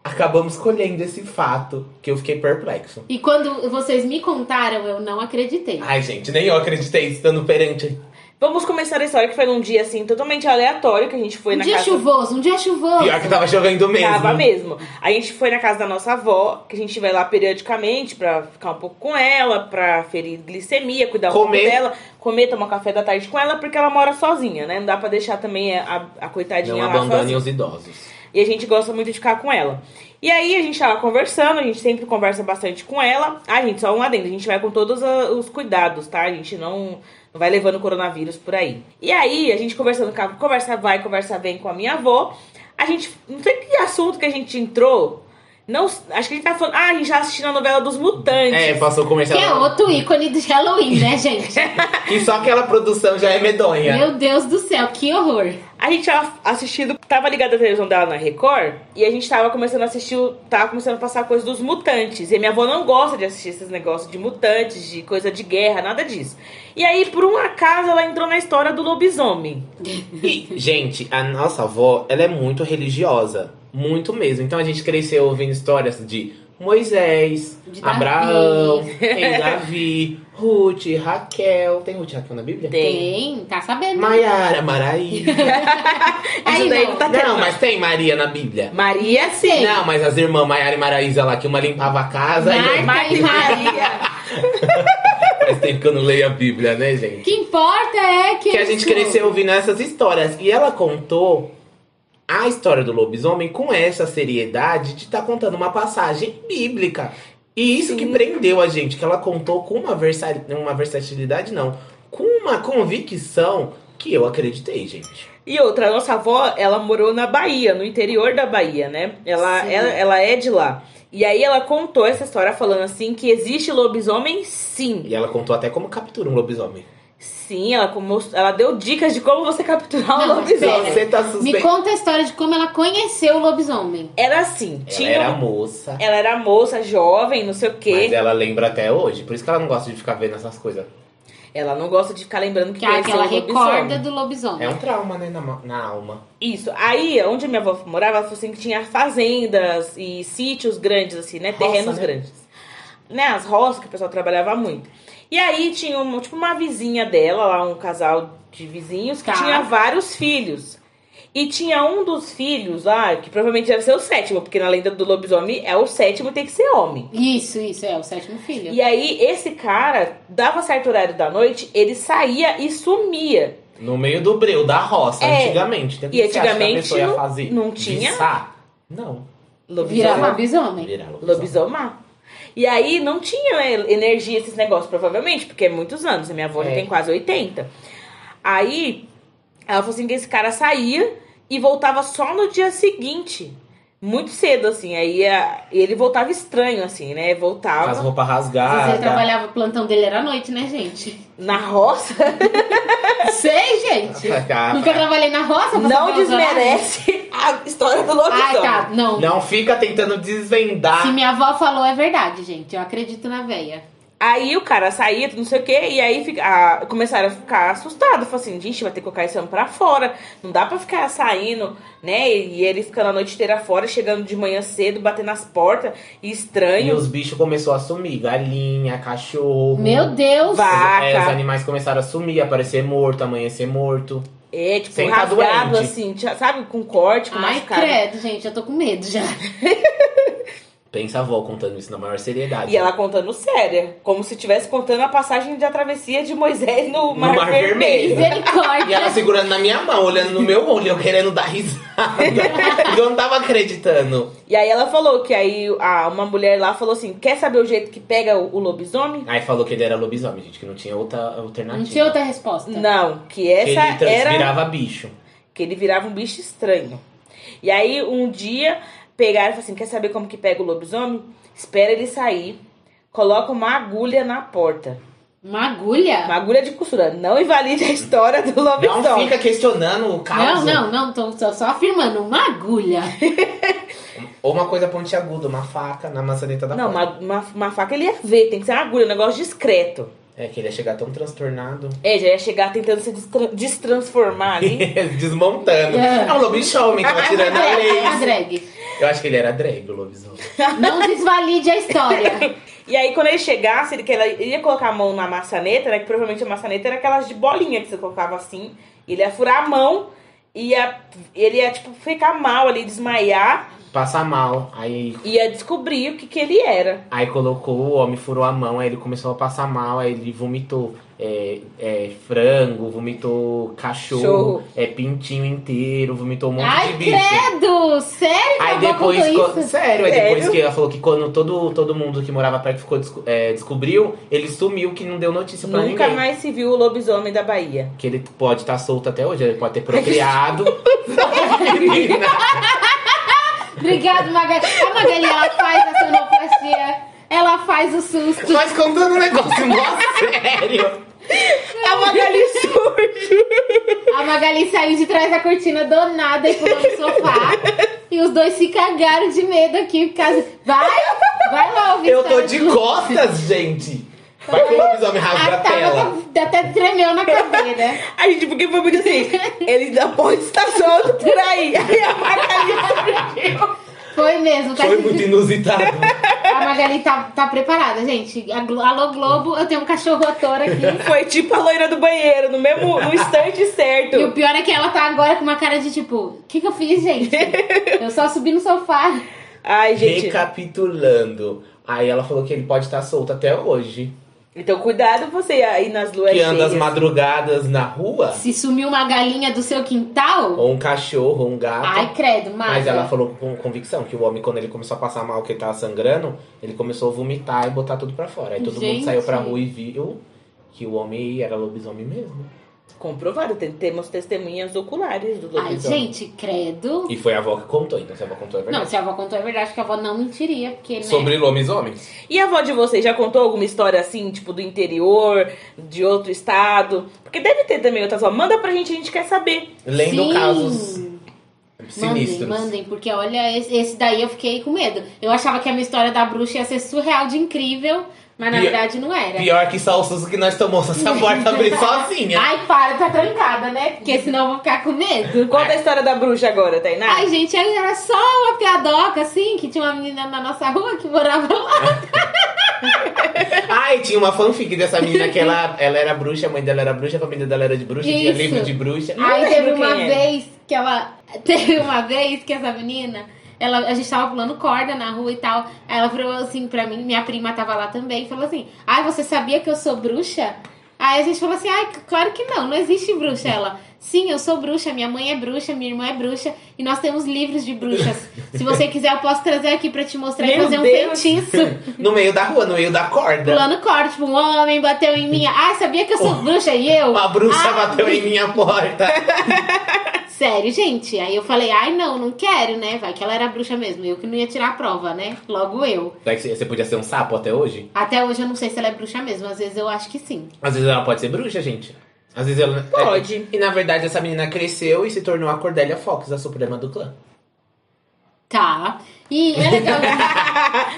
acabamos colhendo esse fato que eu fiquei perplexo. E quando vocês me contaram, eu não acreditei. Ai, gente, nem eu acreditei estando perante. Vamos começar a história que foi num dia assim totalmente aleatório que a gente foi um na dia casa chuvoso, um dia chuvoso. Pior que tá tava chovendo mesmo. Tava mesmo. A gente foi na casa da nossa avó, que a gente vai lá periodicamente pra ficar um pouco com ela, pra ferir glicemia, cuidar um Comer. pouco dela, comer, tomar café da tarde com ela, porque ela mora sozinha, né? Não dá pra deixar também a, a coitadinha Não lá sozinha. abandonem os idosos. E a gente gosta muito de ficar com ela. E aí a gente tava conversando, a gente sempre conversa bastante com ela. Ah, gente, só um adendo, a gente vai com todos a- os cuidados, tá? A gente não, não vai levando coronavírus por aí. E aí a gente conversando, com a- conversa vai, conversa vem com a minha avó. A gente, não sei que assunto que a gente entrou, não, acho que a gente tá falando, ah, a gente tá assistindo a novela dos Mutantes. É, passou o Que comercial. é outro ícone de Halloween, né, gente? E só aquela produção já [laughs] é medonha. Meu Deus do céu, que horror. A gente tava assistindo, tava ligada a televisão dela na Record, e a gente tava começando a assistir, o- tava começando a passar coisa dos mutantes. E minha avó não gosta de assistir esses negócios de mutantes, de coisa de guerra, nada disso. E aí, por um acaso, ela entrou na história do lobisomem. E, gente, a nossa avó, ela é muito religiosa. Muito mesmo. Então a gente cresceu ouvindo histórias de Moisés, De Davi. [laughs] Abraão, tem Davi, Ruth, Raquel. Tem Ruth e Raquel na Bíblia? Tem, tá sabendo. Maiara, Maraí. Aí Isso daí [laughs] não. não tá tendo. Não, mas tem Maria na Bíblia. Maria sim. Tem. Não, mas as irmãs Maiara e Maraísa lá, que uma limpava a casa e outra- Marta e Maria. Faz tempo que eu não leio a Bíblia, né, gente? O que importa é que... que a gente isso- cresceu ouvindo essas histórias. E ela contou a história do lobisomem com essa seriedade de estar contando uma passagem bíblica. E isso que prendeu a gente, que ela contou com uma, versa uma versatilidade, não, com uma convicção que eu acreditei, gente. E outra, a nossa avó, ela morou na Bahia, no interior da Bahia, né? Ela, Sim. ela, ela é de lá. E aí ela contou essa história falando assim que existe lobisomem sim. E ela contou até como captura um lobisomem. Sim, ela, como, ela deu dicas de como você capturar Não, um mas lobisomem. pera. Você tá Me suspeito. conta a história de como ela conheceu o lobisomem. Era assim, Ela tinha. era um moça. ela era moça, jovem, não sei o quê. Mas é. ela lembra até hoje. Por isso que ela não gosta de ficar vendo essas coisas. Ela não gosta de ficar lembrando que, Que, é a- que conheceu ela o lobisomem. recorda do lobisomem. É um trauma, né? Na, ma- na alma. Isso. Aí, onde minha avó morava, ela falou assim que tinha fazendas e sítios grandes, assim, né? Roça, Terrenos né? grandes. Né? As roças que o pessoal trabalhava muito. E aí tinha uma, tipo uma vizinha dela, lá, um casal de vizinhos, que Tá. tinha vários filhos. E tinha um dos filhos lá, que provavelmente deve ser o sétimo, porque na lenda do lobisomem é o sétimo tem que ser homem. Isso, isso, é o sétimo filho. E aí, esse cara, dava certo horário da noite, ele saía e sumia. No meio do breu, da roça, É. antigamente. Então, o E que você acha que a antigamente pessoa ia não- fazer? não tinha? Guiçar? Não. Virar Lobisomem. lobisomem. Virar lobisomem. Lobisomar. E aí não tinha né, energia esses negócios, provavelmente, porque é muitos anos. A minha avó É. já tem quase 80. Aí ela falou assim que esse cara saía e voltava só no dia seguinte. Muito cedo, assim. Aí a- e ele voltava estranho, assim, né? Com as Voltava roupas Se você rasgadas. trabalhava, o plantão dele era à noite, né, [laughs] gente? na roça. Sei, gente. Ah, tá. Nunca trabalhei na roça, você Não fala os horários? desmerece a história do Ai, lobisomem. um tá. Não. Não fica tentando desvendar. Se minha avó falou, é verdade, gente. Eu acredito na véia. Aí o cara saía, não sei o quê, e aí fica- ah, começaram a ficar assustados. Falaram assim, gente, vai ter que colocar esse homem pra fora. Não dá pra ficar saindo, né? E e ele ficando a noite inteira fora, chegando de manhã cedo, batendo as portas. E E estranho. os bichos começaram a sumir. Galinha, cachorro. Meu Deus! Vai. Vaca. É, os animais começaram a sumir, aparecer morto, amanhecer morto. É, tipo, Sem tá rasgado, doente. assim, tia- sabe? Com corte, com Ai, machucado. credo, gente. Eu tô com medo já. Pensa a avó contando isso na maior seriedade. E ela contando séria, como se estivesse contando a passagem da travessia de Moisés no Mar, Mar Vermelho. Vermelho. Misericórdia. [laughs] E ela segurando na minha mão, olhando no meu olho, eu querendo dar [laughs] risada. e eu não tava acreditando. E aí ela falou que aí a- uma mulher lá falou assim, quer saber o jeito que pega o- o lobisomem? Aí falou que ele era lobisomem, gente, que não tinha outra alternativa. Não tinha outra resposta. Não, que Que ele essa era. virava bicho. Que ele virava um bicho estranho. E aí um dia pegaram e falaram assim: quer saber como que pega o lobisomem? Espera ele sair, coloca uma agulha na porta. Uma agulha? Uma agulha de costura. Não invalide a história do lobisomem. Não fica questionando o Não, caso. não, não. Tô só, só afirmando. Uma agulha. Ou uma coisa pontiaguda, uma faca na maçaneta da Não, porta. uma, uma, uma faca ele ia ver, tem que ser uma agulha, um negócio discreto. É que ele ia chegar tão transtornado. [laughs] É, já ia chegar tentando se destra- destransformar ali. Desmontando. É. É um lobisomem que tá [laughs] tirando a Drag, a lei. É drag. Eu acho que ele era drag, o lobisomem. Não desvalide a história. E aí, quando ele chegasse, ele, que ela- ele ia colocar a mão na maçaneta, né? Que provavelmente a maçaneta era aquelas de bolinha que você colocava assim. Ele ia furar a mão, ia, ele ia, tipo, ficar mal ali, desmaiar. Passa mal. Aí, Ia descobrir o que que ele era. aí colocou, o homem furou a mão, aí ele começou a passar mal, aí ele vomitou é, é, frango, vomitou cachorro, Cachorro. é pintinho inteiro, vomitou um monte de Ai, bicho. credo! É Sério que a Aí avó depois. contou co- isso? Sério, aí Sério? depois que ela falou que quando todo, todo mundo que morava perto ficou, desco- é, descobriu, ele sumiu que não deu notícia pra Nunca ninguém. mais se viu o lobisomem da Bahia. Que ele pode estar solto até hoje, ele pode ter [laughs] procriado. Menina, Obrigado, Magali. A Magali, ela faz a sonoplastia. Ela faz o susto. Nós contando um negócio mó sério. A Magali [laughs] surge. A Magali saiu de trás da cortina do nada e pulou no sofá. e os dois se cagaram de medo aqui por causa. Vai! Vai lá ouvir. [laughs] Eu tô história de do- costas, gente. Tá Vai que o lobisomem Ah, rasga A a tela. Tava tá, até tremeu na cadeira. A gente, porque foi muito assim. Ele não pode estar solto por aí. [laughs] Aí a Magali surgiu. Foi mesmo, tá Foi se- muito inusitado. A Magali tá, tá preparada, gente. A Glo- Alô Globo, eu tenho um cachorro ator aqui. Foi tipo a loira do banheiro, no mesmo no instante certo. E o pior é que ela tá agora com uma cara de tipo, o que, que eu fiz, gente? Eu só subi no sofá. [laughs] Ai, gente. Recapitulando. Aí ela falou que ele pode estar solto até hoje. Então cuidado você aí nas luas Que anda às cheias. madrugadas na rua. Se sumiu uma galinha do seu quintal, Ou um cachorro, ou um gato. ai, credo, mas. é. Mas ela falou com convicção que o homem, quando ele começou a passar mal, que ele tava sangrando, ele começou a vomitar e botar tudo pra fora. Aí todo Gente. mundo saiu pra rua e viu que o homem era lobisomem mesmo. Comprovado, tem- temos testemunhas oculares do Ai, lobisomem. gente, credo. E foi a avó que contou, então se a avó contou é Não, verdade. se a avó contou é verdade, porque a avó não mentiria, porque, né? Sobre lobisomens? E a avó de vocês já contou alguma história assim, tipo do interior, de outro estado? Porque deve ter também outras. Ó, manda pra gente, a gente quer saber. Lendo Sim. casos Mandem, sinistros. mandem, porque olha, esse, esse daí eu fiquei com medo. Eu achava que a minha história da bruxa ia ser surreal de incrível, mas na Pior- verdade não era. Pior que só o susto que nós [laughs] tomamos essa porta abrir sozinha. Ai, para, tá trancada, né? Porque senão eu vou ficar com medo. Conta a história da bruxa agora, Tainá. Ai, gente, aí era só uma piadoca, assim, que tinha uma menina na nossa rua que morava lá. Ai, tinha uma fanfic dessa menina que ela, ela era bruxa, a mãe dela era bruxa, a família dela era de bruxa, tinha Isso. livro de bruxa. Não Aí lembro teve uma quem é. era. vez que ela. [laughs] Teve uma vez que essa menina. Ela, a gente tava pulando corda na rua e tal. Aí ela falou assim pra mim, minha prima tava lá também, falou assim: Ai, você sabia que eu sou bruxa? Aí a gente falou assim: Ai, c- claro que não, não existe bruxa. Ela, sim, eu sou bruxa, minha mãe é bruxa, minha irmã é bruxa e nós temos livros de bruxas. Se você quiser, eu posso trazer aqui pra te mostrar e Meu fazer um Deus. feitiço. No meio da rua, no meio da corda. Pulando corda, tipo, um homem bateu em mim. Ai, sabia que eu sou bruxa e eu? "Ah, Uma bruxa Ai, bateu em minha porta. Sério, gente. Aí eu falei, ai não, não quero, né? Vai que ela era bruxa mesmo. Eu que não ia tirar a prova, né? Logo eu. Daí você você podia ser um sapo até hoje? Até hoje eu não sei se ela é bruxa mesmo. Às vezes eu acho que sim. Às vezes ela pode ser bruxa, gente. Às vezes ela. é, Pode. E na verdade essa menina cresceu e se tornou a Cordélia Fox, a suprema do clã. Tá. E é [laughs] legal.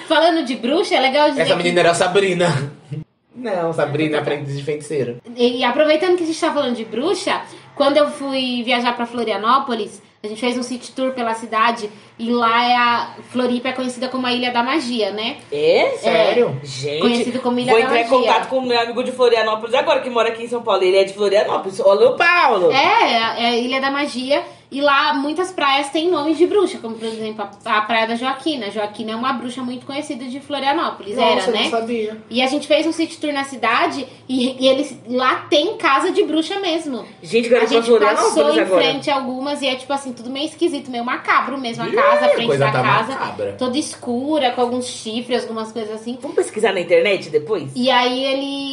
Falando de bruxa, é legal dizer. Essa que- menina era a Sabrina. [laughs] Não, Sabrina, aprendiz de feiticeiro. E aproveitando que a gente tá falando de bruxa, quando eu fui viajar pra Florianópolis, a gente fez um city tour pela cidade e lá é a Floripa é conhecida como a Ilha da Magia, né? É? Sério? Gente, Conhecido como Ilha vou da entrar em Magia. contato com o meu amigo de Florianópolis agora, que mora aqui em São Paulo. Ele é de Florianópolis. Olha o Paulo. É, é a Ilha da Magia. E lá muitas praias têm nomes de bruxa, como por exemplo a, a Praia da Joaquina. Joaquina é uma bruxa muito conhecida de Florianópolis, Nossa, era, eu não né? sabia. E a gente fez um city tour na cidade e, e eles lá tem casa de bruxa mesmo. Gente, A quero ir pra gente passou Florianópolis em agora. frente a algumas e é tipo assim, tudo meio esquisito, meio macabro mesmo. A Ih, casa, a frente coisa da tá casa, macabra. toda escura, com alguns chifres, algumas coisas assim. Vamos pesquisar na internet depois? E aí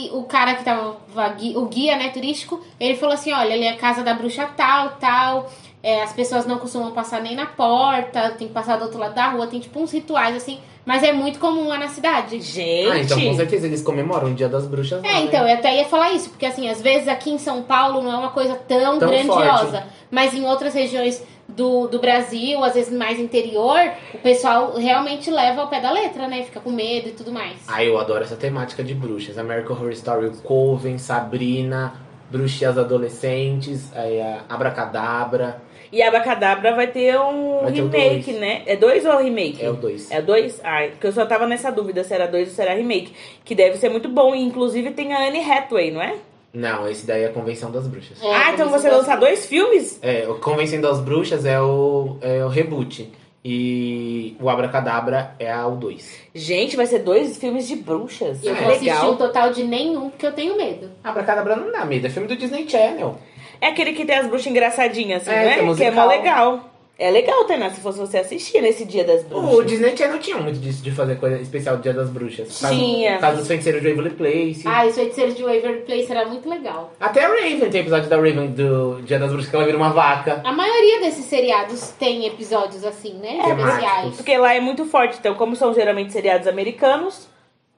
ele, o cara que tava, gui- o guia, né, turístico, ele falou assim, olha, ali é a casa da bruxa tal, tal, é, as pessoas não costumam passar nem na porta, tem que passar do outro lado da rua, tem tipo uns rituais, assim, mas é muito comum lá na cidade. Gente. Ah, então com certeza eles comemoram o dia das bruxas. lá, É, né? então, eu até ia falar isso, porque assim, às vezes aqui em São Paulo não é uma coisa tão, Tão grandiosa, mas em outras regiões do, do Brasil, às vezes mais interior, o pessoal realmente leva ao pé da letra, né, fica com medo e tudo mais. Ah, eu adoro essa temática de bruxas. American Horror Story, o Coven, Sabrina, Bruxas Adolescentes, aí a Abracadabra, E Abacadabra vai ter um Vai ter o remake, dois. né? É dois ou remake? é o 2. É dois? Ai, porque eu só tava nessa dúvida se era dois ou se era remake. Que deve ser muito bom. E inclusive tem a Anne Hathaway, não é? Não, esse daí é a Convenção das Bruxas. É, ah, então como você se- lançar dois filmes? É, o Convencendo as Bruxas é o, é o reboot. E o Abracadabra é a- o 2. Gente, vai ser dois filmes de bruxas. Eu É vou assistir um Ah, Legal. total de nenhum, porque eu tenho medo. Abracadabra não dá medo, é filme do Disney Channel. É aquele que tem as bruxas engraçadinhas, assim, É, que é né? Que é musical. mó legal. É legal, Tainá, se fosse você assistir nesse dia das O bruxas. Disney Channel tinha muito disso de fazer coisa especial do Dia das Bruxas. Tinha. Caso dos feiticeiros de Waverly Place. Ah, os feiticeiros de Waverly Place era muito legal. Até a Raven, tem episódio da Raven do Dia das Bruxas que ela vira uma vaca. A maioria desses seriados tem episódios assim, né? É, Especiais. temáticos. Porque lá é muito forte. Então, como são geralmente seriados americanos,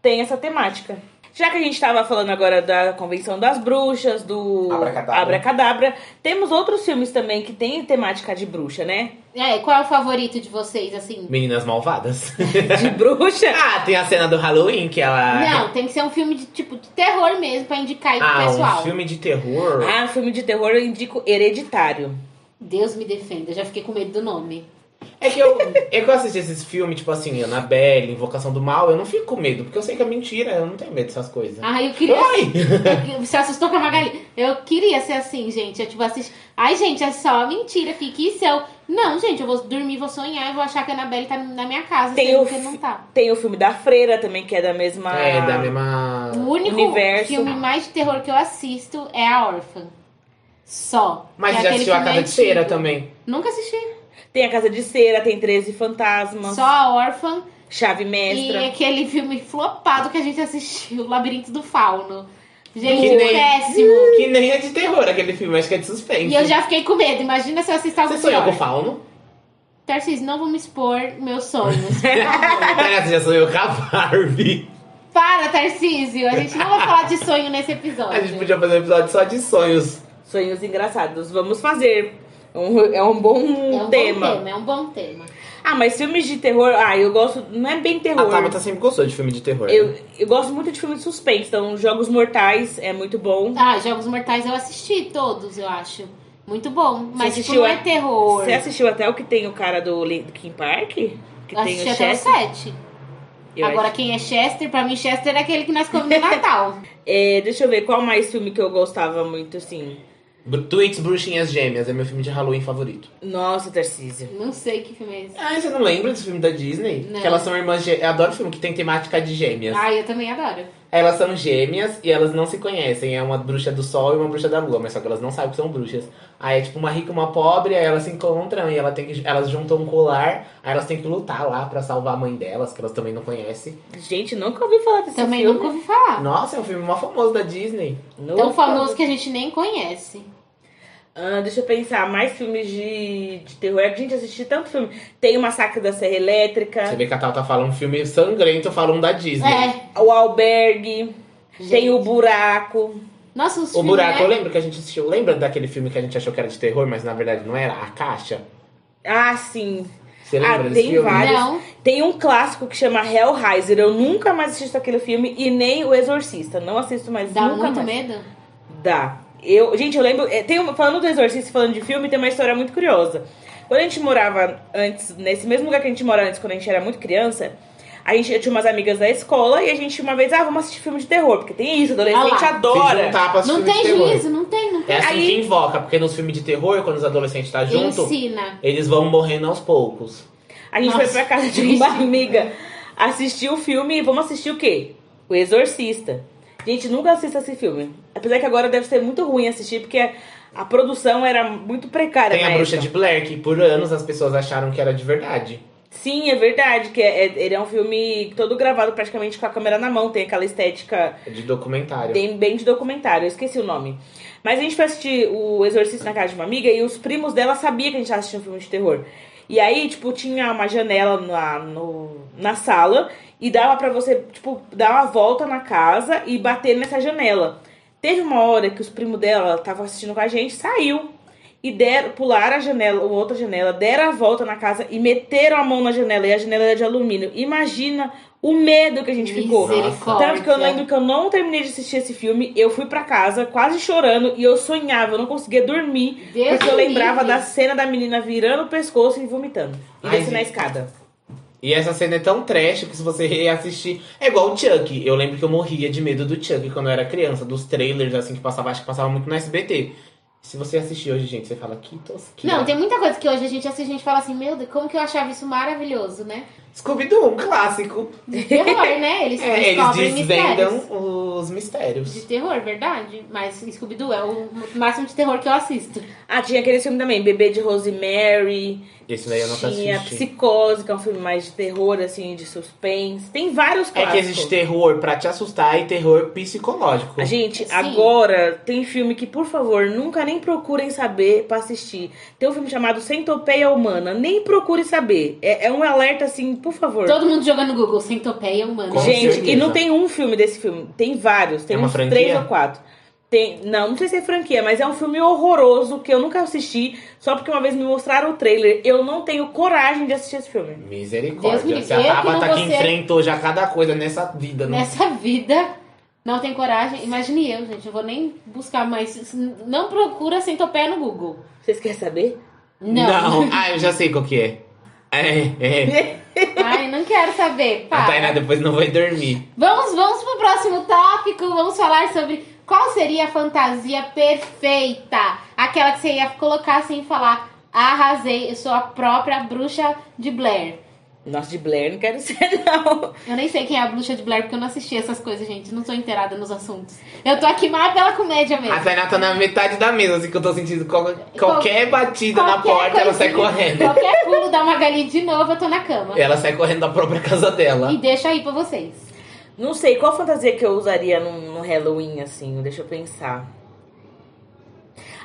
tem essa temática. Já que a gente estava falando agora da Convenção das Bruxas, do Abracadabra. Abracadabra, temos outros filmes também que tem temática de bruxa, né? É, qual é o favorito de vocês, assim? Meninas Malvadas. De [laughs] bruxa. [laughs] ah, tem a cena do Halloween que ela. Não, tem que ser um filme de tipo de terror mesmo pra indicar aí pro é. Ah, pessoal. um filme de terror. Ah, filme de terror eu indico Hereditário. Deus me defenda, eu já fiquei com medo do nome. É que eu, é que eu assisti esses filmes, tipo assim, Annabelle, Invocação do Mal, eu não fico com medo, porque eu sei que é mentira, eu não tenho medo dessas coisas. Ah, eu queria. [laughs] Ai! eu- Você assustou com a Magali? Eu queria ser assim, gente. Eu tipo assistir. Ai, gente, é só mentira, fique céu. Não, gente, eu vou dormir, vou sonhar, eu vou achar que a Anabelle tá na minha casa, Tem sendo o que não fi- tá. Tem o filme da Freira também, que é da mesma. É, da mesma. O único Universo. filme mais de terror que eu assisto é A Órfã. Só. Mas é já aquele assistiu a filme Casa de antigo. Cera também. Nunca assisti. Tem a Casa de Cera, tem 13 Fantasmas, Só A Órfã Chave e Mestra. [laughs] aquele filme flopado que a gente assistiu, Labirinto do Fauno. Gente, Que nem- péssimo. Que nem é de terror aquele filme, acho que é de suspense. E eu já fiquei com medo. Imagina se eu assistir algo Você sonhou com pior. o fauno? Tarcísio, não vou me expor meus sonhos. Caraca, É, você já sonhou com a Barbie. [laughs] Para, Tarcísio. A gente não vai falar de sonho nesse A gente episódio. podia fazer um episódio só de sonhos. Sonhos engraçados. Vamos fazer. É um- é um bom, É um tema. bom tema, é um bom tema. Ah, mas filmes de terror. Ah, eu gosto. Não é bem A Ah, terror. tá, Tabata sempre gostou de filme de terror. né? eu, eu gosto muito de filmes de suspense. Então, Jogos Mortais é muito bom. Ah, Jogos Mortais eu assisti todos, eu acho. Muito bom. Mas tipo, assistiu não a- é terror. Você assistiu até o que tem o cara do Linkin Park? Que Eu tem assisti o até o Chester. 7. Eu Agora, acho- quem é Chester? Pra mim, Chester é aquele que nós comemos no [laughs] Natal. É, deixa eu ver qual mais filme que eu gostava muito, assim. Bru- Tweets Bruxinhas Gêmeas é meu filme de Halloween favorito. Nossa, Tarcísio. Não sei que filme é esse. Ah, você não lembra desse filme da Disney? Não. Que elas são irmãs gêmeas. Eu adoro filme que tem temática de gêmeas. Ah, eu também adoro. Elas são gêmeas e elas não se conhecem. É uma bruxa do sol e uma bruxa da lua, mas só que elas não sabem que são bruxas. Aí é tipo uma rica e uma pobre, aí elas se encontram e ela tem que, elas juntam um colar, aí elas têm que lutar lá pra salvar a mãe delas, que elas também não conhecem. Gente, nunca ouvi falar desse Também filme. nunca ouvi falar. Nossa, é um filme mó famoso da Disney. Nunca Tão famoso ouvi. que a gente nem conhece. Ah, deixa eu pensar, mais filmes de, de terror. A gente assistiu tanto filme. Tem o Massacre da Serra Elétrica, Você vê que a Tata fala um filme sangrento, eu falo um da Disney. É. o Albergue, tem Gente. o Buraco. Nossa, os O filmes, Buraco, eu né? lembro que a gente assistiu. Lembra daquele filme que a gente achou que era de terror, mas na verdade não era? A Caixa? Ah, sim. Você Ah, lembra desse tem filme? vários. Não. Tem um clássico que chama Hellraiser. Eu nunca mais assisto aquele filme e nem O Exorcista. Não assisto mais Dá nunca muito mais. medo. Dá. Eu, gente, eu lembro. é, Tem uma, falando do Exorcista, falando de filme, tem uma história muito curiosa. Quando a gente morava antes, nesse mesmo lugar que a gente morava antes, quando a gente era muito criança, a gente eu tinha umas amigas da escola e a gente uma vez, ah, vamos assistir filme de terror, porque tem isso, Ah adolescente lá. Se adora. juntar pra assistir Não filme tem um de terror. juízo, não tem, não tem. É assim Aí- que invoca, porque nos filmes de terror, quando os adolescentes É, tá junto, Ensina. eles vão morrendo aos poucos. A gente Nossa, foi pra casa de triste. uma amiga assistir o filme e vamos assistir o quê? O Exorcista. Gente, nunca assista esse filme. Apesar que agora deve ser muito ruim assistir, porque a, a produção era muito precária. Tem a na bruxa época. de Blair, que por anos as pessoas acharam que era de verdade. Sim, é verdade, que é, é- ele é um filme todo gravado praticamente com a câmera na mão, tem aquela estética É de documentário. bem, bem de documentário, eu esqueci o nome. Mas a gente foi assistir o Exorcista na casa de uma amiga e os primos dela sabiam que a gente tava assistindo um filme de terror. E aí, tipo, tinha uma janela na, no- na sala e dava pra você, tipo, dar uma volta na casa e bater nessa janela. Teve uma hora que os primos dela estavam assistindo com a gente, saiu. E deram, pularam a janela, ou outra janela, deram a volta na casa e meteram a mão na janela. E a janela era de alumínio. Imagina o medo que a gente ficou. Misericórdia. Tanto que eu lembro que eu não terminei de assistir esse filme, eu fui pra casa quase chorando e eu sonhava, eu não conseguia dormir. Deus porque eu me lembrava livre. da cena da menina virando o pescoço e vomitando. E Ai, descendo na gente. escada. E essa cena é tão trash que se você reassistir. É igual o Chuck. Eu lembro que eu morria de medo do Chuck quando eu era criança, dos trailers assim que passava, acho que passava muito no SBT. Se você assistir hoje, gente, você fala que tosquinha. Não, tem muita coisa que hoje a gente assiste e a gente fala assim, meu Deus, como que eu achava isso maravilhoso, né? Scooby-Doo, um clássico. De terror, né? Eles É, eles descobrem desvendam mistérios. os mistérios. De terror, verdade. Mas Scooby-Doo é o máximo de terror que eu assisto. Ah, tinha aquele filme também, Bebê de Rosemary. Esse daí eu não tinha assisti. Psicose, que é um filme mais de terror, assim, de suspense. Tem vários É clássicos. que existe terror pra te assustar e terror psicológico. A gente, Sim. agora tem filme que, por favor, nunca nem procurem saber pra assistir. Tem um filme chamado Centopeia Humana. Nem procure saber. É, é um alerta assim, por favor. Todo mundo jogando no Google, centopeia humana. Com gente, e certeza. não tem um filme desse filme. Tem vários. Tem É uma uns franquia? três ou quatro. Tem, não, não sei se é franquia, mas é um filme horroroso que eu nunca assisti, só porque uma vez me mostraram o trailer. Eu não tenho coragem de assistir esse filme. Deus me Misericórdia. livre. Se a Eu que Tabata não que vou ser- enfrentou já cada coisa nessa vida, não Nessa vida, não tem coragem. Imagine eu, gente. Eu vou nem buscar mais. Não procura centopeia no Google. Vocês querem saber? Não. [laughs] Ah, eu já sei qual que é. É, é. Ai, não quero saber. A Tainá Para. depois não tá vai dormir. Vamos, vamos pro próximo tópico. Vamos falar sobre qual seria a fantasia perfeita. Aquela que você ia colocar sem falar. Arrasei, eu sou a própria bruxa de Blair. Nossa, de Blair, não quero [laughs] ser, não. Eu nem sei quem é a bruxa de Blair, porque eu não assisti essas coisas, gente. Não sou inteirada nos assuntos. Eu tô aqui mais pela comédia mesmo. A Tainá tá na metade da mesa, assim que eu tô sentindo qual- qualquer batida na Qualquer porta, ela sai coisinha, correndo. Qualquer pulo da Magali de novo, eu tô na cama. Ela sai correndo da própria casa dela. E deixa aí pra vocês. Não sei, qual fantasia que eu usaria num, num Halloween, assim? Deixa eu pensar.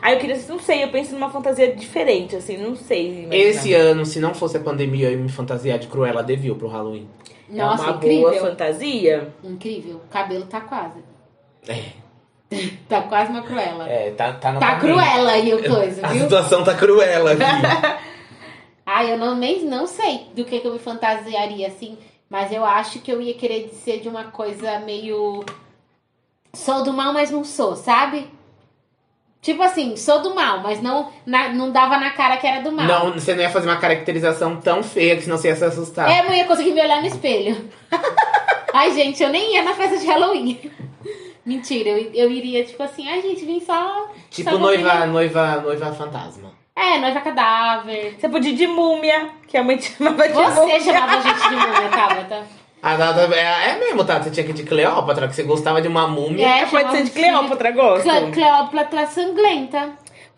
Ah, eu queria, não sei, eu penso numa fantasia diferente, assim, não sei. imaginar. É Esse é ano, se não fosse a pandemia, eu ia me fantasiar de Cruella Devil pro Halloween. é Nossa, uma incrível. boa fantasia. Incrível. O cabelo tá quase. É, Tá quase uma cruela. é tá, tá na Tá pandemia. cruela aí o coisa, A viu? situação tá cruela aqui. Ai, Ah, eu não, nem, não sei do que, que eu me fantasiaria, assim. Mas eu acho que eu ia querer ser de uma coisa meio. Sou do mal, mas não sou, sabe? Tipo assim, sou do mal, mas não, na- não dava na cara que era do mal. não, você não ia fazer uma caracterização tão feia que senão você ia se assustar. É, eu não ia conseguir me olhar no espelho. [laughs] ai, gente, eu nem ia na festa de Halloween. [laughs] Mentira, eu, eu iria, tipo assim, ai, gente, vim só. tipo só vou noiva, noiva, noiva fantasma. É, noiva cadáver. Você podia ir de múmia, que a mãe te [laughs] chamava de múmia. Você chamava a gente de tá? múmia, Tabata. A Dada- é, é mesmo, tá? Você tinha que ir de Cleópatra, que você gostava de uma múmia. É, Pode chamava ser de espírito. Cleópatra, gosto. Cle- Cleópatra sanglenta.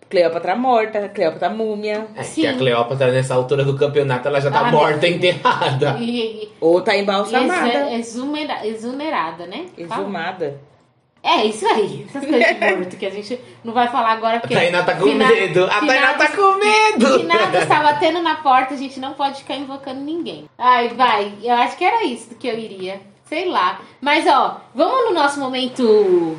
Cleópatra morta, Cleópatra múmia. É, que Sim. a Cleópatra, nessa altura do campeonato, ela já tá Ela- morta, enterrada. E, e, Ou tá e exu- embalsamada. exumera- exumerada, né? Fala. Exumada. É, isso aí. Essas coisas de morto que a gente não vai falar agora. A Porque Tainá tá com Fina- medo. A Tainá tá Finados- com medo. [laughs] Finado está batendo na porta, a gente não pode ficar invocando ninguém. Ai, vai. Eu acho que era isso que eu iria. Sei lá. Mas, ó, vamos no nosso momento...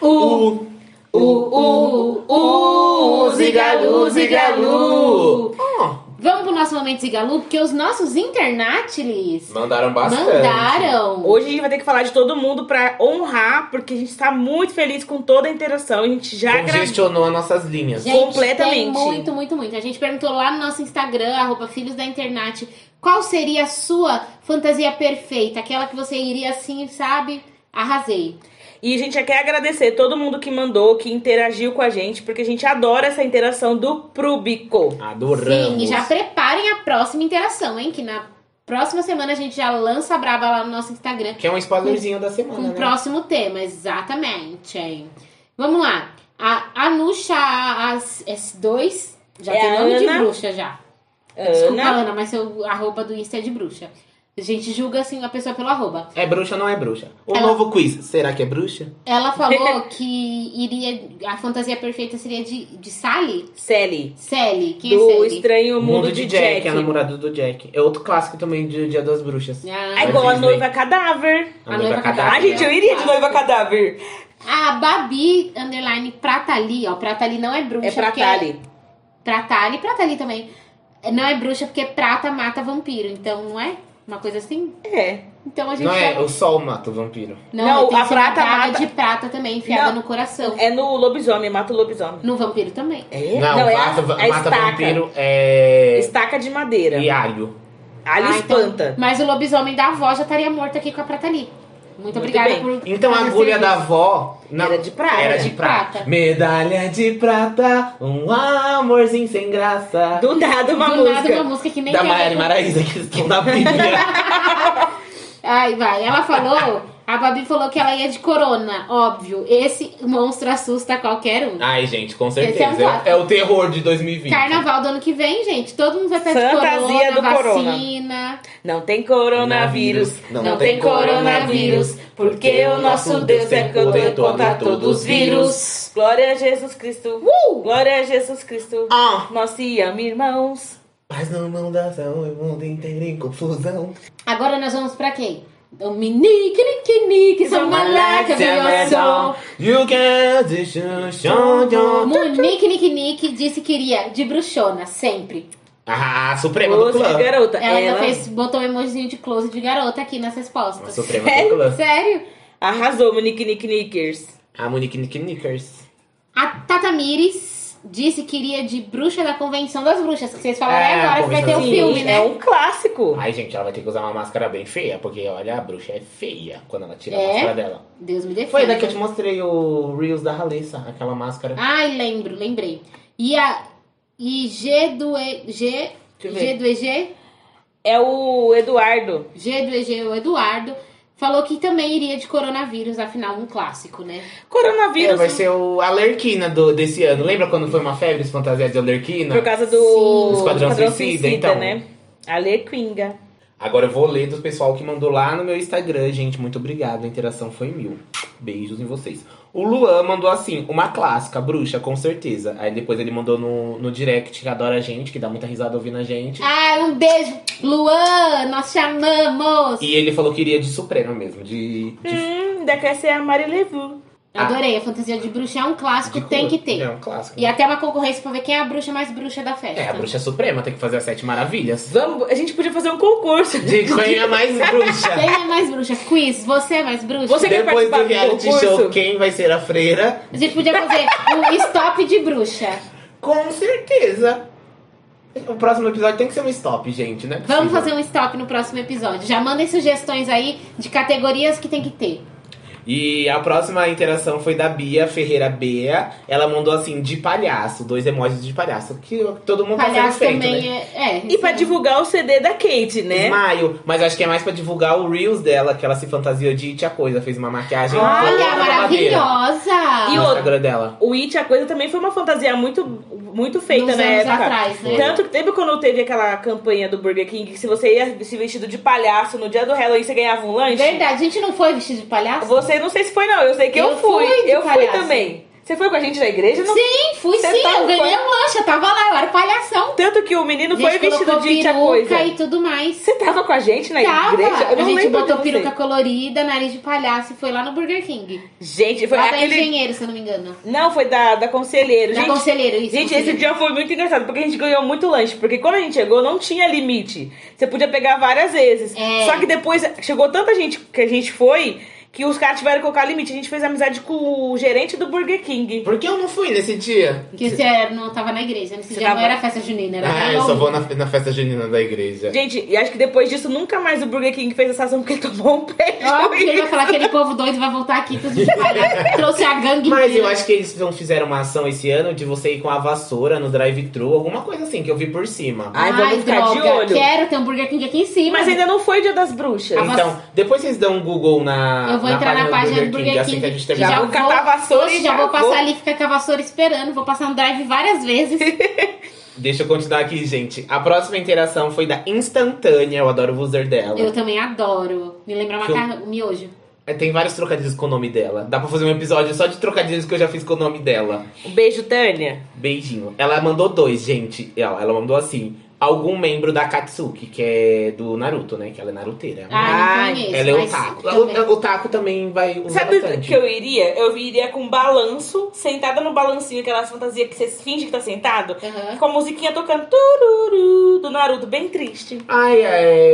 O... O, o, o, o, o, zigalu, zigalu. Ó, Vamos pro nosso momento Zigalu, porque os nossos internatiles mandaram bastante. mandaram. Hoje a gente vai ter que falar de todo mundo pra honrar, porque a gente tá muito feliz com toda a interação. A gente já agradece. Congestionou as nossas linhas. Gente, Completamente. Tem muito, muito, muito. A gente perguntou lá no nosso Instagram, arroba Filhos da Internet, qual seria a sua fantasia perfeita? Aquela que você iria assim, sabe? Arrasei. E a gente já quer agradecer todo mundo que mandou, que interagiu com a gente, porque a gente adora essa interação do Prubico. Adoramos. Sim, e já preparem a próxima interação, hein? Que na próxima semana a gente já lança a braba lá no nosso Instagram Que é um spoilerzinho da semana, com o né? próximo tema, exatamente. hein? Vamos lá. A Anusha as, S2 já É tem a nome de Ana. bruxa já. Desculpa, Ana, Ana, mas seu arroba do Insta é de bruxa. A gente julga assim a pessoa pelo arroba. É bruxa ou não é bruxa? O Ela- novo quiz, será que é bruxa? Ela [laughs] falou que iria. A fantasia perfeita seria de, de Sally? Sally. Sally, quem é Do Sally? Estranho O Mundo, de Jack. é a namorada do Jack. É outro clássico também de Dia das Bruxas. Ah, É igual a Disney. noiva cadáver. A noiva cadáver. Ah, gente, eu iria de noiva cadáver. a Babi Underline Pratali, ó. Pratali não é bruxa. É pra porque Tali. Pratali, Pratali também. Não é bruxa porque prata mata vampiro. Então, não é? Uma coisa assim? É. Então a gente. Não é, já- o sol mata o vampiro. tem Não, que a ser uma prata assim, daga mata- de prata também, enfiada Não. no coração. É no lobisomem, mata o lobisomem. No vampiro também. É? Não, é mata, a, a mata estaca. vampiro é. Estaca de madeira. E alho. Ali Ah, então- espanta. Mas o lobisomem da avó já estaria morto aqui com a prata ali. Muito Muito obrigada bem. por. Então a fazer agulha da serviço. avó. na- Ah, Era de prata. Era de prata. Prata. Medalha de prata, um amorzinho sem graça. Do nada uma Do música. nada uma música que nem da tem a ver Maiara e com- Maraísa, que estão na [laughs] Bíblia. Ai, vai. Ela falou, a Babi falou que ela ia de corona, óbvio. Esse monstro assusta qualquer um. Ai, gente, com Esse é um certeza. fato. É, o terror de 2020. Carnaval do ano que vem, gente. Todo mundo vai estar de Fantasia corona, do corona. vacina. Não tem coronavírus, não, tem coronavírus, porque o nosso Deus é cantor contra todos os vírus. Uh! Glória a Jesus Cristo. Glória a Jesus Cristo. Ah. Nós se amamos, irmãos. Mas não mão da ação, o mundo inteiro em confusão. Agora nós vamos pra quem? Dominique, Nique, Nique, sou malaca, eu sou. You can't show Monique Nick Nick disse que iria de bruxona, sempre. Ah, Suprema do Música, clã. garota. Ela, ainda Ela fez, botou um emojizinho de close de garota aqui nas A respostas. Suprema do clã. Sério? arrasou, Monique Nick Nickers. A Monique Nick Nickers. A Tata Mires disse que iria de bruxa da Convenção das Bruxas, que vocês falaram É, é, agora que vai ter o Convenção das filme, Sim, né? É um clássico. Ai, gente, ela vai ter que usar uma máscara bem feia, porque olha, a bruxa é feia quando ela tira É? a máscara dela. Deus me defenda. Foi daí que eu te mostrei o Reels da Halissa, aquela máscara. Ai, lembro, lembrei. E a e G do E G eu G ver. do EG, É o Eduardo. G do EG, o Eduardo falou que também iria de coronavírus, afinal um clássico, né? É, Coronavírus vai ser o Alerquina do, desse ano. Lembra quando foi uma febre as fantasias de Alerquina? por causa Sim. do Esquadrão Suicida, então. né? A Lequinga. Agora eu vou ler do pessoal que mandou lá no meu Instagram, gente. Muito obrigado, a interação foi mil. Beijos em vocês. O Luan mandou assim, uma clássica, bruxa, com certeza. Aí depois ele mandou no, no direct, que adora a gente, que dá muita risada ouvindo a gente. Ah, um beijo. Luan, nós te amamos. E ele falou que iria de Suprema mesmo, de. de Hum, ainda quer ser a Mari Levu. Adorei, a fantasia de bruxa é um clássico, de tem cor. que ter. É um clássico. E até uma concorrência pra ver quem é a bruxa mais bruxa da festa. É, a bruxa suprema tem que fazer as sete [laughs] maravilhas. Vamos, a gente podia fazer um concurso. De quem é a mais bruxa. Quem é mais bruxa? Quiz, você é mais bruxa? Você- quer Depois participar do do reality concurso? show, quem vai ser a freira? A gente podia fazer um stop de bruxa. Com certeza. O próximo episódio tem que ser um stop, gente, né? Vamos fazer um stop no próximo episódio. Já mandem sugestões aí de categorias que tem que ter. um- E a próxima interação foi da Bia Ferreira Bea. Ela mandou assim, de palhaço, dois emojis de palhaço. Que todo mundo tá Palhaço sendo feito, também né? é. é E pra divulgar o CD da Kate, né? Smile, mas acho que é mais pra divulgar o Reels dela, que ela se fantasiou de It a Coisa, fez uma maquiagem toda Olha, na madeira maravilhosa! E no outra. Instagram dela. O It, a coisa também foi uma fantasia muito, muito feita Uns na anos época. atrás, né? Tanto que teve quando teve aquela campanha do Burger King, que se você ia se vestido de palhaço no dia do Halloween, você ganhava um lanche. Verdade, a gente não foi vestido de palhaço? Você não sei se foi, não. Eu sei que eu, Eu fui de eu fui palhaço. também. Você foi com a gente na igreja? Não? Sim, fui Você sim, tá eu ganhei com- um lanche, eu tava lá, eu era palhação. Tanto que o menino A foi gente vestido colocou de tia peruca coisa. e tudo mais. Você tava com a gente na Tava. igreja? Eu não a gente lembro botou de você. peruca colorida, nariz de palhaço e foi lá no Burger King. Gente, foi lá da aquele... engenheiro, se eu não me engano. Não, foi da, da conselheiro. Da gente, conselheiro, isso. Gente, esse conselheiro. dia foi muito engraçado, porque a gente ganhou muito lanche. Porque quando a gente chegou, não tinha limite. Você podia pegar várias vezes. É. Só que depois chegou tanta gente que a gente foi que os caras tiveram que colocar limite. A gente fez amizade com o gerente do Burger King. Por que eu não fui nesse dia? Que esse era- não tava na igreja. Nesse Você dia tava- não era festa junina, era Ah, eu só Halloween. vou na, na festa junina da igreja. Gente, e acho que depois disso nunca mais o Burger King fez essa ação porque [laughs] tomou um peixe. Ó, porque ele vai falar que aquele povo doido vai voltar aqui tudo de palhaço. [laughs] Trouxe a gangue Mas inteira. eu acho que eles não fizeram uma ação esse ano de você ir com a vassoura no drive-thru, alguma coisa assim, que eu vi por cima. Ah, Ai, vamos ficar droga, de olho. quero ter um Burger King aqui em cima. Mas ainda não foi o dia das bruxas. A vas- Então, depois vocês dão um Google na. Eu vou entrar na página do Burger assim King. que a gente Já terminar. vou catar a vassoura Nossa, e já já vou vou. passar ali, ficar com a vassoura esperando. Vou passar no drive várias [laughs] vezes. Deixa eu continuar aqui, gente. A próxima interação foi da Instantânea, eu adoro o user dela. eu também adoro. Me lembra Que Tá eu- macarrão, miojo. É, Tem vários trocadilhos com o nome dela. Dá pra fazer um episódio só de trocadilhos que eu já fiz com o nome dela. Um beijo, Tânia. Beijinho. Ela mandou dois, gente. Ela ela mandou assim: algum membro da Katsuki, que é do Naruto, né? Que ela é naruteira. Ah, não Ai, conheço. ela é mas otaku. também. O, o Taco também vai usar Sabe o bastante. que eu iria? Eu iria com um balanço, sentada no balancinho, aquelas fantasias que você finge que tá sentado, Aham. com a musiquinha tocando tururu do Naruto, bem triste. Ai, é.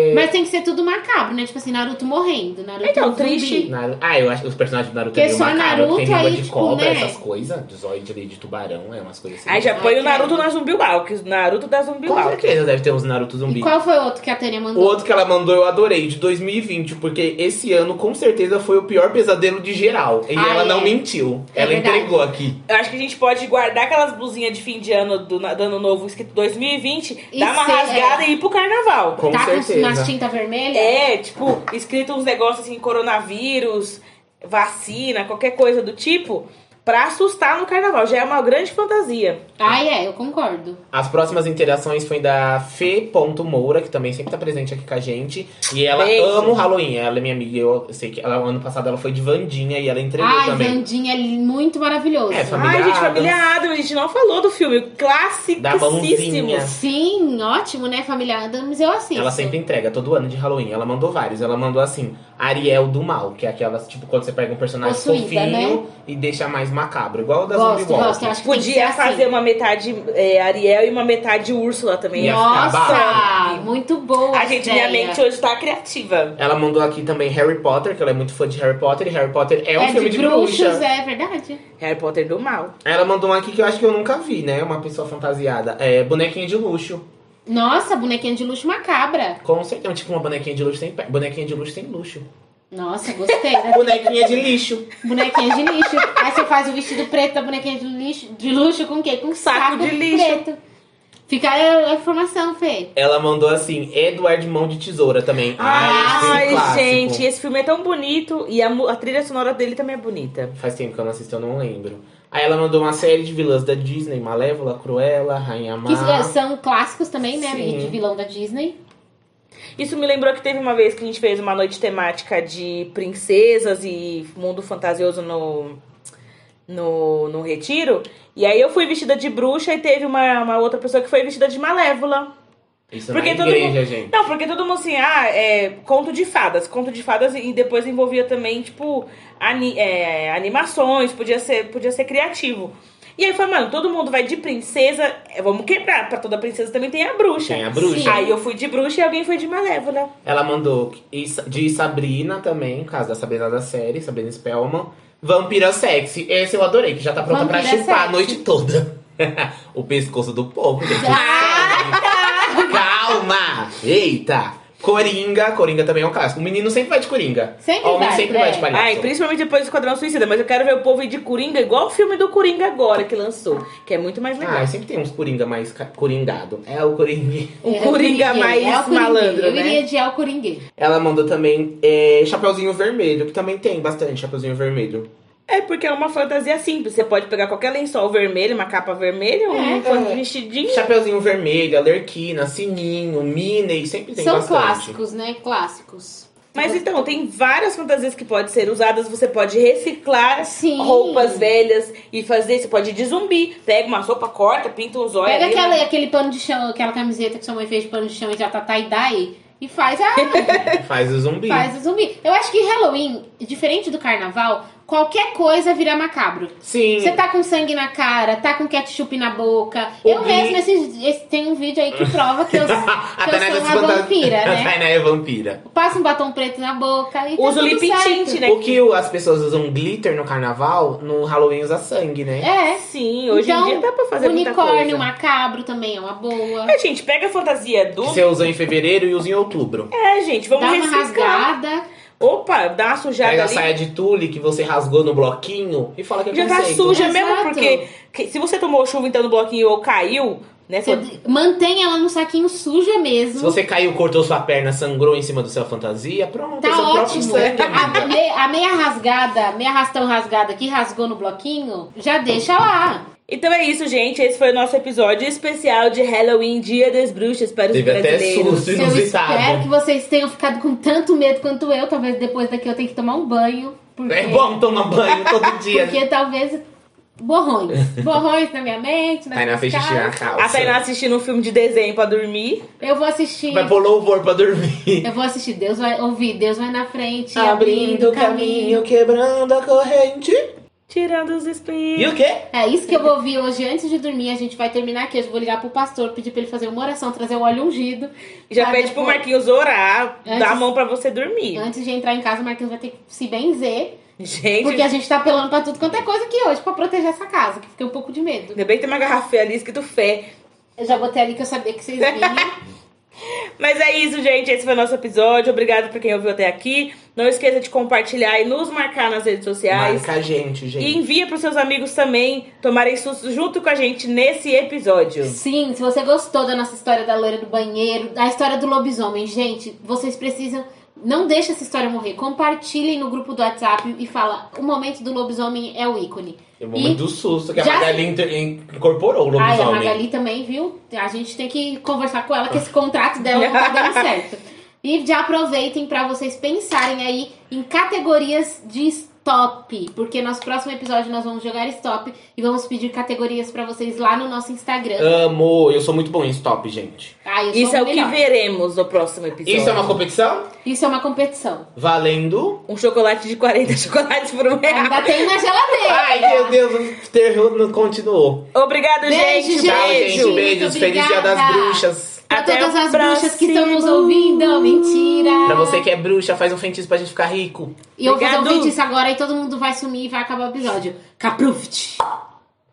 ai. Mas tem que ser tudo macabro, né? Tipo assim, Naruto morrendo. Naruto Então, zumbi. triste. Naru- Ah, eu acho que os personagens do Naruto Porque meio só macabro, Naruto tem língua aí, de tipo, cobra, né? essas coisas. De zoide ali, de tubarão, é umas coisas assim. Aí já põe o Ok. Naruto na Zumbilau, que o Naruto da Zumbilau. é Com certeza deve ter uns Naruto E zumbi. qual foi o outro que a Tânia O mandou? outro que ela mandou eu adorei, de 2020, porque esse ano com certeza foi o pior pesadelo de geral. E Ah, ela é. não mentiu. É ela verdade. entregou aqui. Eu acho que a gente pode guardar aquelas blusinhas de fim de ano do, na- do ano novo escrito 2020, E dar uma ser- rasgada é. e ir pro carnaval. Com tá com certeza. umas tinta vermelha? É, tipo, escrito uns negócios assim, coronavírus, vacina, qualquer coisa do tipo, pra assustar no carnaval. Já é uma grande fantasia. Ah, é, eu concordo. As próximas interações foi da Fê.moura, que também sempre tá presente aqui com a gente. E ela Beijo. ama o Halloween. Ela é minha amiga. Eu sei que ela, ano passado ela foi de Vandinha e ela entregou Ai, também. Vandinha é muito maravilhoso. É, família Ai, gente, Addams. Família Adams, a gente não falou do filme. Da mãozinha. Classicíssimos. Sim, ótimo, né, família Adams? Eu assisto. Ela sempre entrega, todo ano de Halloween. Ela mandou vários. Ela mandou assim, Ariel do Mal, que é aquelas, tipo, quando você pega um personagem Possuída, fofinho né? e deixa mais macabro, igual o da Gosto, Zombie Walk. gosto. Eu acho que tem que ser Podia assim. fazer uma metade é, Ariel e uma metade Úrsula também. Ia ficar Nossa, babado. muito boa. A gente, minha ideia. mente hoje tá criativa. Ela mandou aqui também Harry Potter, que ela é muito fã de Harry Potter, e Harry Potter é um é filme de, de, bruxos, bruxa. é verdade. Harry Potter do mal. Ela mandou um aqui que eu acho que eu nunca vi, né? Uma pessoa fantasiada. É bonequinha de luxo. Nossa, bonequinha de luxo macabra. Com certeza. Tipo, uma bonequinha de luxo sem pé. Bonequinha de luxo sem luxo. Nossa, gostei. né? Bonequinha de lixo. bonequinha de lixo. Aí você faz o vestido preto da bonequinha de lixo, de luxo com o quê? Com um Saco saco, de lixo. preto. Fica aí a informação, Fê. Ela mandou assim, Edward Mão de Tesoura também. Ai, esse é um clássico. gente, esse filme é tão bonito e a, mu- a trilha sonora dele também é bonita. Faz tempo que eu não assisto, eu não lembro. Aí ela mandou uma série de vilãs da Disney, Malévola, Cruella, Rainha Má. Que são clássicos também, né? Ah. Sim. De vilão da Disney. Isso me lembrou que teve uma vez que a gente fez uma noite temática de princesas e mundo fantasioso no, no, no retiro. E aí eu fui vestida de bruxa e teve uma, uma outra pessoa que foi vestida de malévola. Isso Porque na todo igreja, mundo- gente. Não, porque todo mundo assim, ah, é conto de fadas, conto de fadas e depois envolvia também, tipo, ani- é, animações, podia ser, podia ser criativo. E aí foi, mano, todo mundo vai de princesa, é, vamos quebrar, pra toda princesa também tem a bruxa. Tem a bruxa. Sim. Aí eu fui de bruxa e alguém foi de malévola. Ela mandou e Sa- de Sabrina também, caso da Sabrina da série, Sabrina Spellman. Vampira Sexy. Esse eu adorei, que já tá pronta pra Vampira chupar a sexy. noite toda. [laughs] o pescoço do povo, gente. Ah! Calma! Eita! Coringa, Coringa também é um clássico. O menino sempre vai de Coringa. Sempre Homem vai, sempre é. vai de palhaço. Ai, principalmente depois do Esquadrão Suicida, mas eu quero ver o povo ir de Coringa igual o filme do Coringa agora que lançou, que é muito mais legal. Ah, sempre tem uns Coringa mais ca- coringado. É o Coringa. um É o Coringa coringueiro, mais é o coringueiro. malandro, Eu né? iria de El Coringueiro. Ela mandou também é, Chapeuzinho Vermelho, que também tem bastante Chapeuzinho Vermelho. É porque é uma fantasia simples. Você pode pegar qualquer lençol vermelho, uma capa vermelha, um É. fan- vestidinho. Chapeuzinho Vermelho, Alerquina, Sininho, Minnie, sempre tem São bastante. clássicos, né? Clássicos. Mas então, tem várias fantasias que podem ser usadas. Você pode reciclar Sim. roupas velhas e fazer. Você pode ir de zumbi. Pega uma sopa, corta, pinta um zóio. Pega ali, aquela, né? aquele pano de chão, aquela camiseta que sua mãe fez de pano de chão e já tá tie-dye e faz [laughs] a [laughs] Faz o zumbi. faz o zumbi. Eu acho que Halloween, diferente do carnaval, qualquer coisa vira macabro. Sim. [laughs] Você tá com sangue na cara, tá com ketchup na boca. O eu Gui- mesmo esses, esse- tem um vídeo [laughs] aí que prova que eu, que A eu Tainá sou tá uma espantando. é vampira, A né? Tainá é vampira. Passa um batom preto na boca e tá Usa o tudo lip certo. tint, né? O que o- as pessoas usam glitter no carnaval, no Halloween usa sangue, né? É. Sim, hoje Então, em dia dá pra fazer muita Unicórnio coisa. macabro também é uma boa. É, gente, pega a fantasia do. Que você usa em fevereiro e usa em outubro. É, gente, vamos Dá uma reciclar. rasgada. Opa, dá uma tá sujada Pega a ali. saia de tule que você rasgou no bloquinho e fala que é Já tá conceito. suja mesmo, Exato. porque que- se você tomou chuva então no bloquinho ou caiu, né? Você você- mantém ela no saquinho suja mesmo. Se você caiu, cortou sua perna, sangrou em cima do seu fantasia, pronto, é Tá seu próprio ótimo. sangue, [laughs] A, amiga. me- a meia rasgada, meia rastão rasgada que rasgou no bloquinho, já deixa lá. Então é isso, gente. Esse foi o nosso episódio especial de Halloween, Dia das Bruxas para os Teve até brasileiros. susto Eu inusitado. espero que vocês tenham ficado com tanto medo quanto eu. Talvez depois daqui eu tenha que tomar um banho. Porque, É bom tomar banho todo dia. né? Porque talvez borrões. [laughs] Borrões na minha mente. nas Tainá minhas fez xixi né? na caras. calça. A Tainá assistindo um filme de desenho pra dormir. Eu vou assistir. Vai pôr louvor pra dormir. Eu vou assistir. Deus vai ouvir. Deus vai na frente. quebrando a corrente. Tirando os E espinhos. o quê? É isso que eu vou ouvir hoje antes de dormir. A gente vai terminar aqui. Eu vou ligar pro pastor, pedir pra ele fazer uma oração, trazer o óleo ungido. E já Pra pede pro depois- Marquinhos orar, Antes- dar a mão pra você dormir. Antes de entrar em casa, o Marquinhos vai ter que se benzer. Gente, Porque a gente tá apelando pra tudo quanto é coisa aqui hoje, pra proteger essa casa, que fiquei um pouco de medo. ainda bem que tem uma garrafa ali escrito fé. Eu já botei ali que eu sabia [laughs] que vocês vinham. Mas é isso, gente. Esse foi o nosso episódio. Obrigado por quem ouviu até aqui. Não esqueça de compartilhar e nos marcar nas redes sociais. Marca a gente, gente. E envia pros seus amigos também tomarem susto junto com a gente nesse episódio. Sim, se você gostou da nossa história da loira do banheiro, da história do lobisomem, gente, vocês precisam. Não deixa essa história morrer. Compartilhem no grupo do WhatsApp e fala: o momento do lobisomem é o ícone. É o momento E- do susto que a Já- Magali inter- incorporou o Ai, a lobisomem. Magali também, viu? A gente tem que conversar com ela que esse contrato dela não tá [laughs] dando certo. E já aproveitem pra vocês pensarem aí em categorias de stop, porque nosso próximo episódio nós vamos jogar stop e vamos pedir categorias pra vocês lá no nosso Instagram. Amo, eu sou muito bom em stop, gente. Ah, eu sou Isso é o que melhor. veremos no próximo episódio. Isso é uma competição? Isso é uma competição. Valendo. Um chocolate de 40 [laughs] chocolates por um real. Ainda tem na geladeira. Ai, meu Deus, o terror não continuou. Obrigado, Beijo, gente. gente. Tchau, Beijo. gente. Muito Beijos. Feliz dia das obrigada. bruxas. Pra Até todas o as bruxas que estão nos próximo. ouvindo. Mentira. Pra você que é bruxa, faz um feitiço pra gente ficar rico. E eu vou fazer um Obrigado. feitiço agora e todo mundo vai sumir e vai acabar o episódio. Caprufit.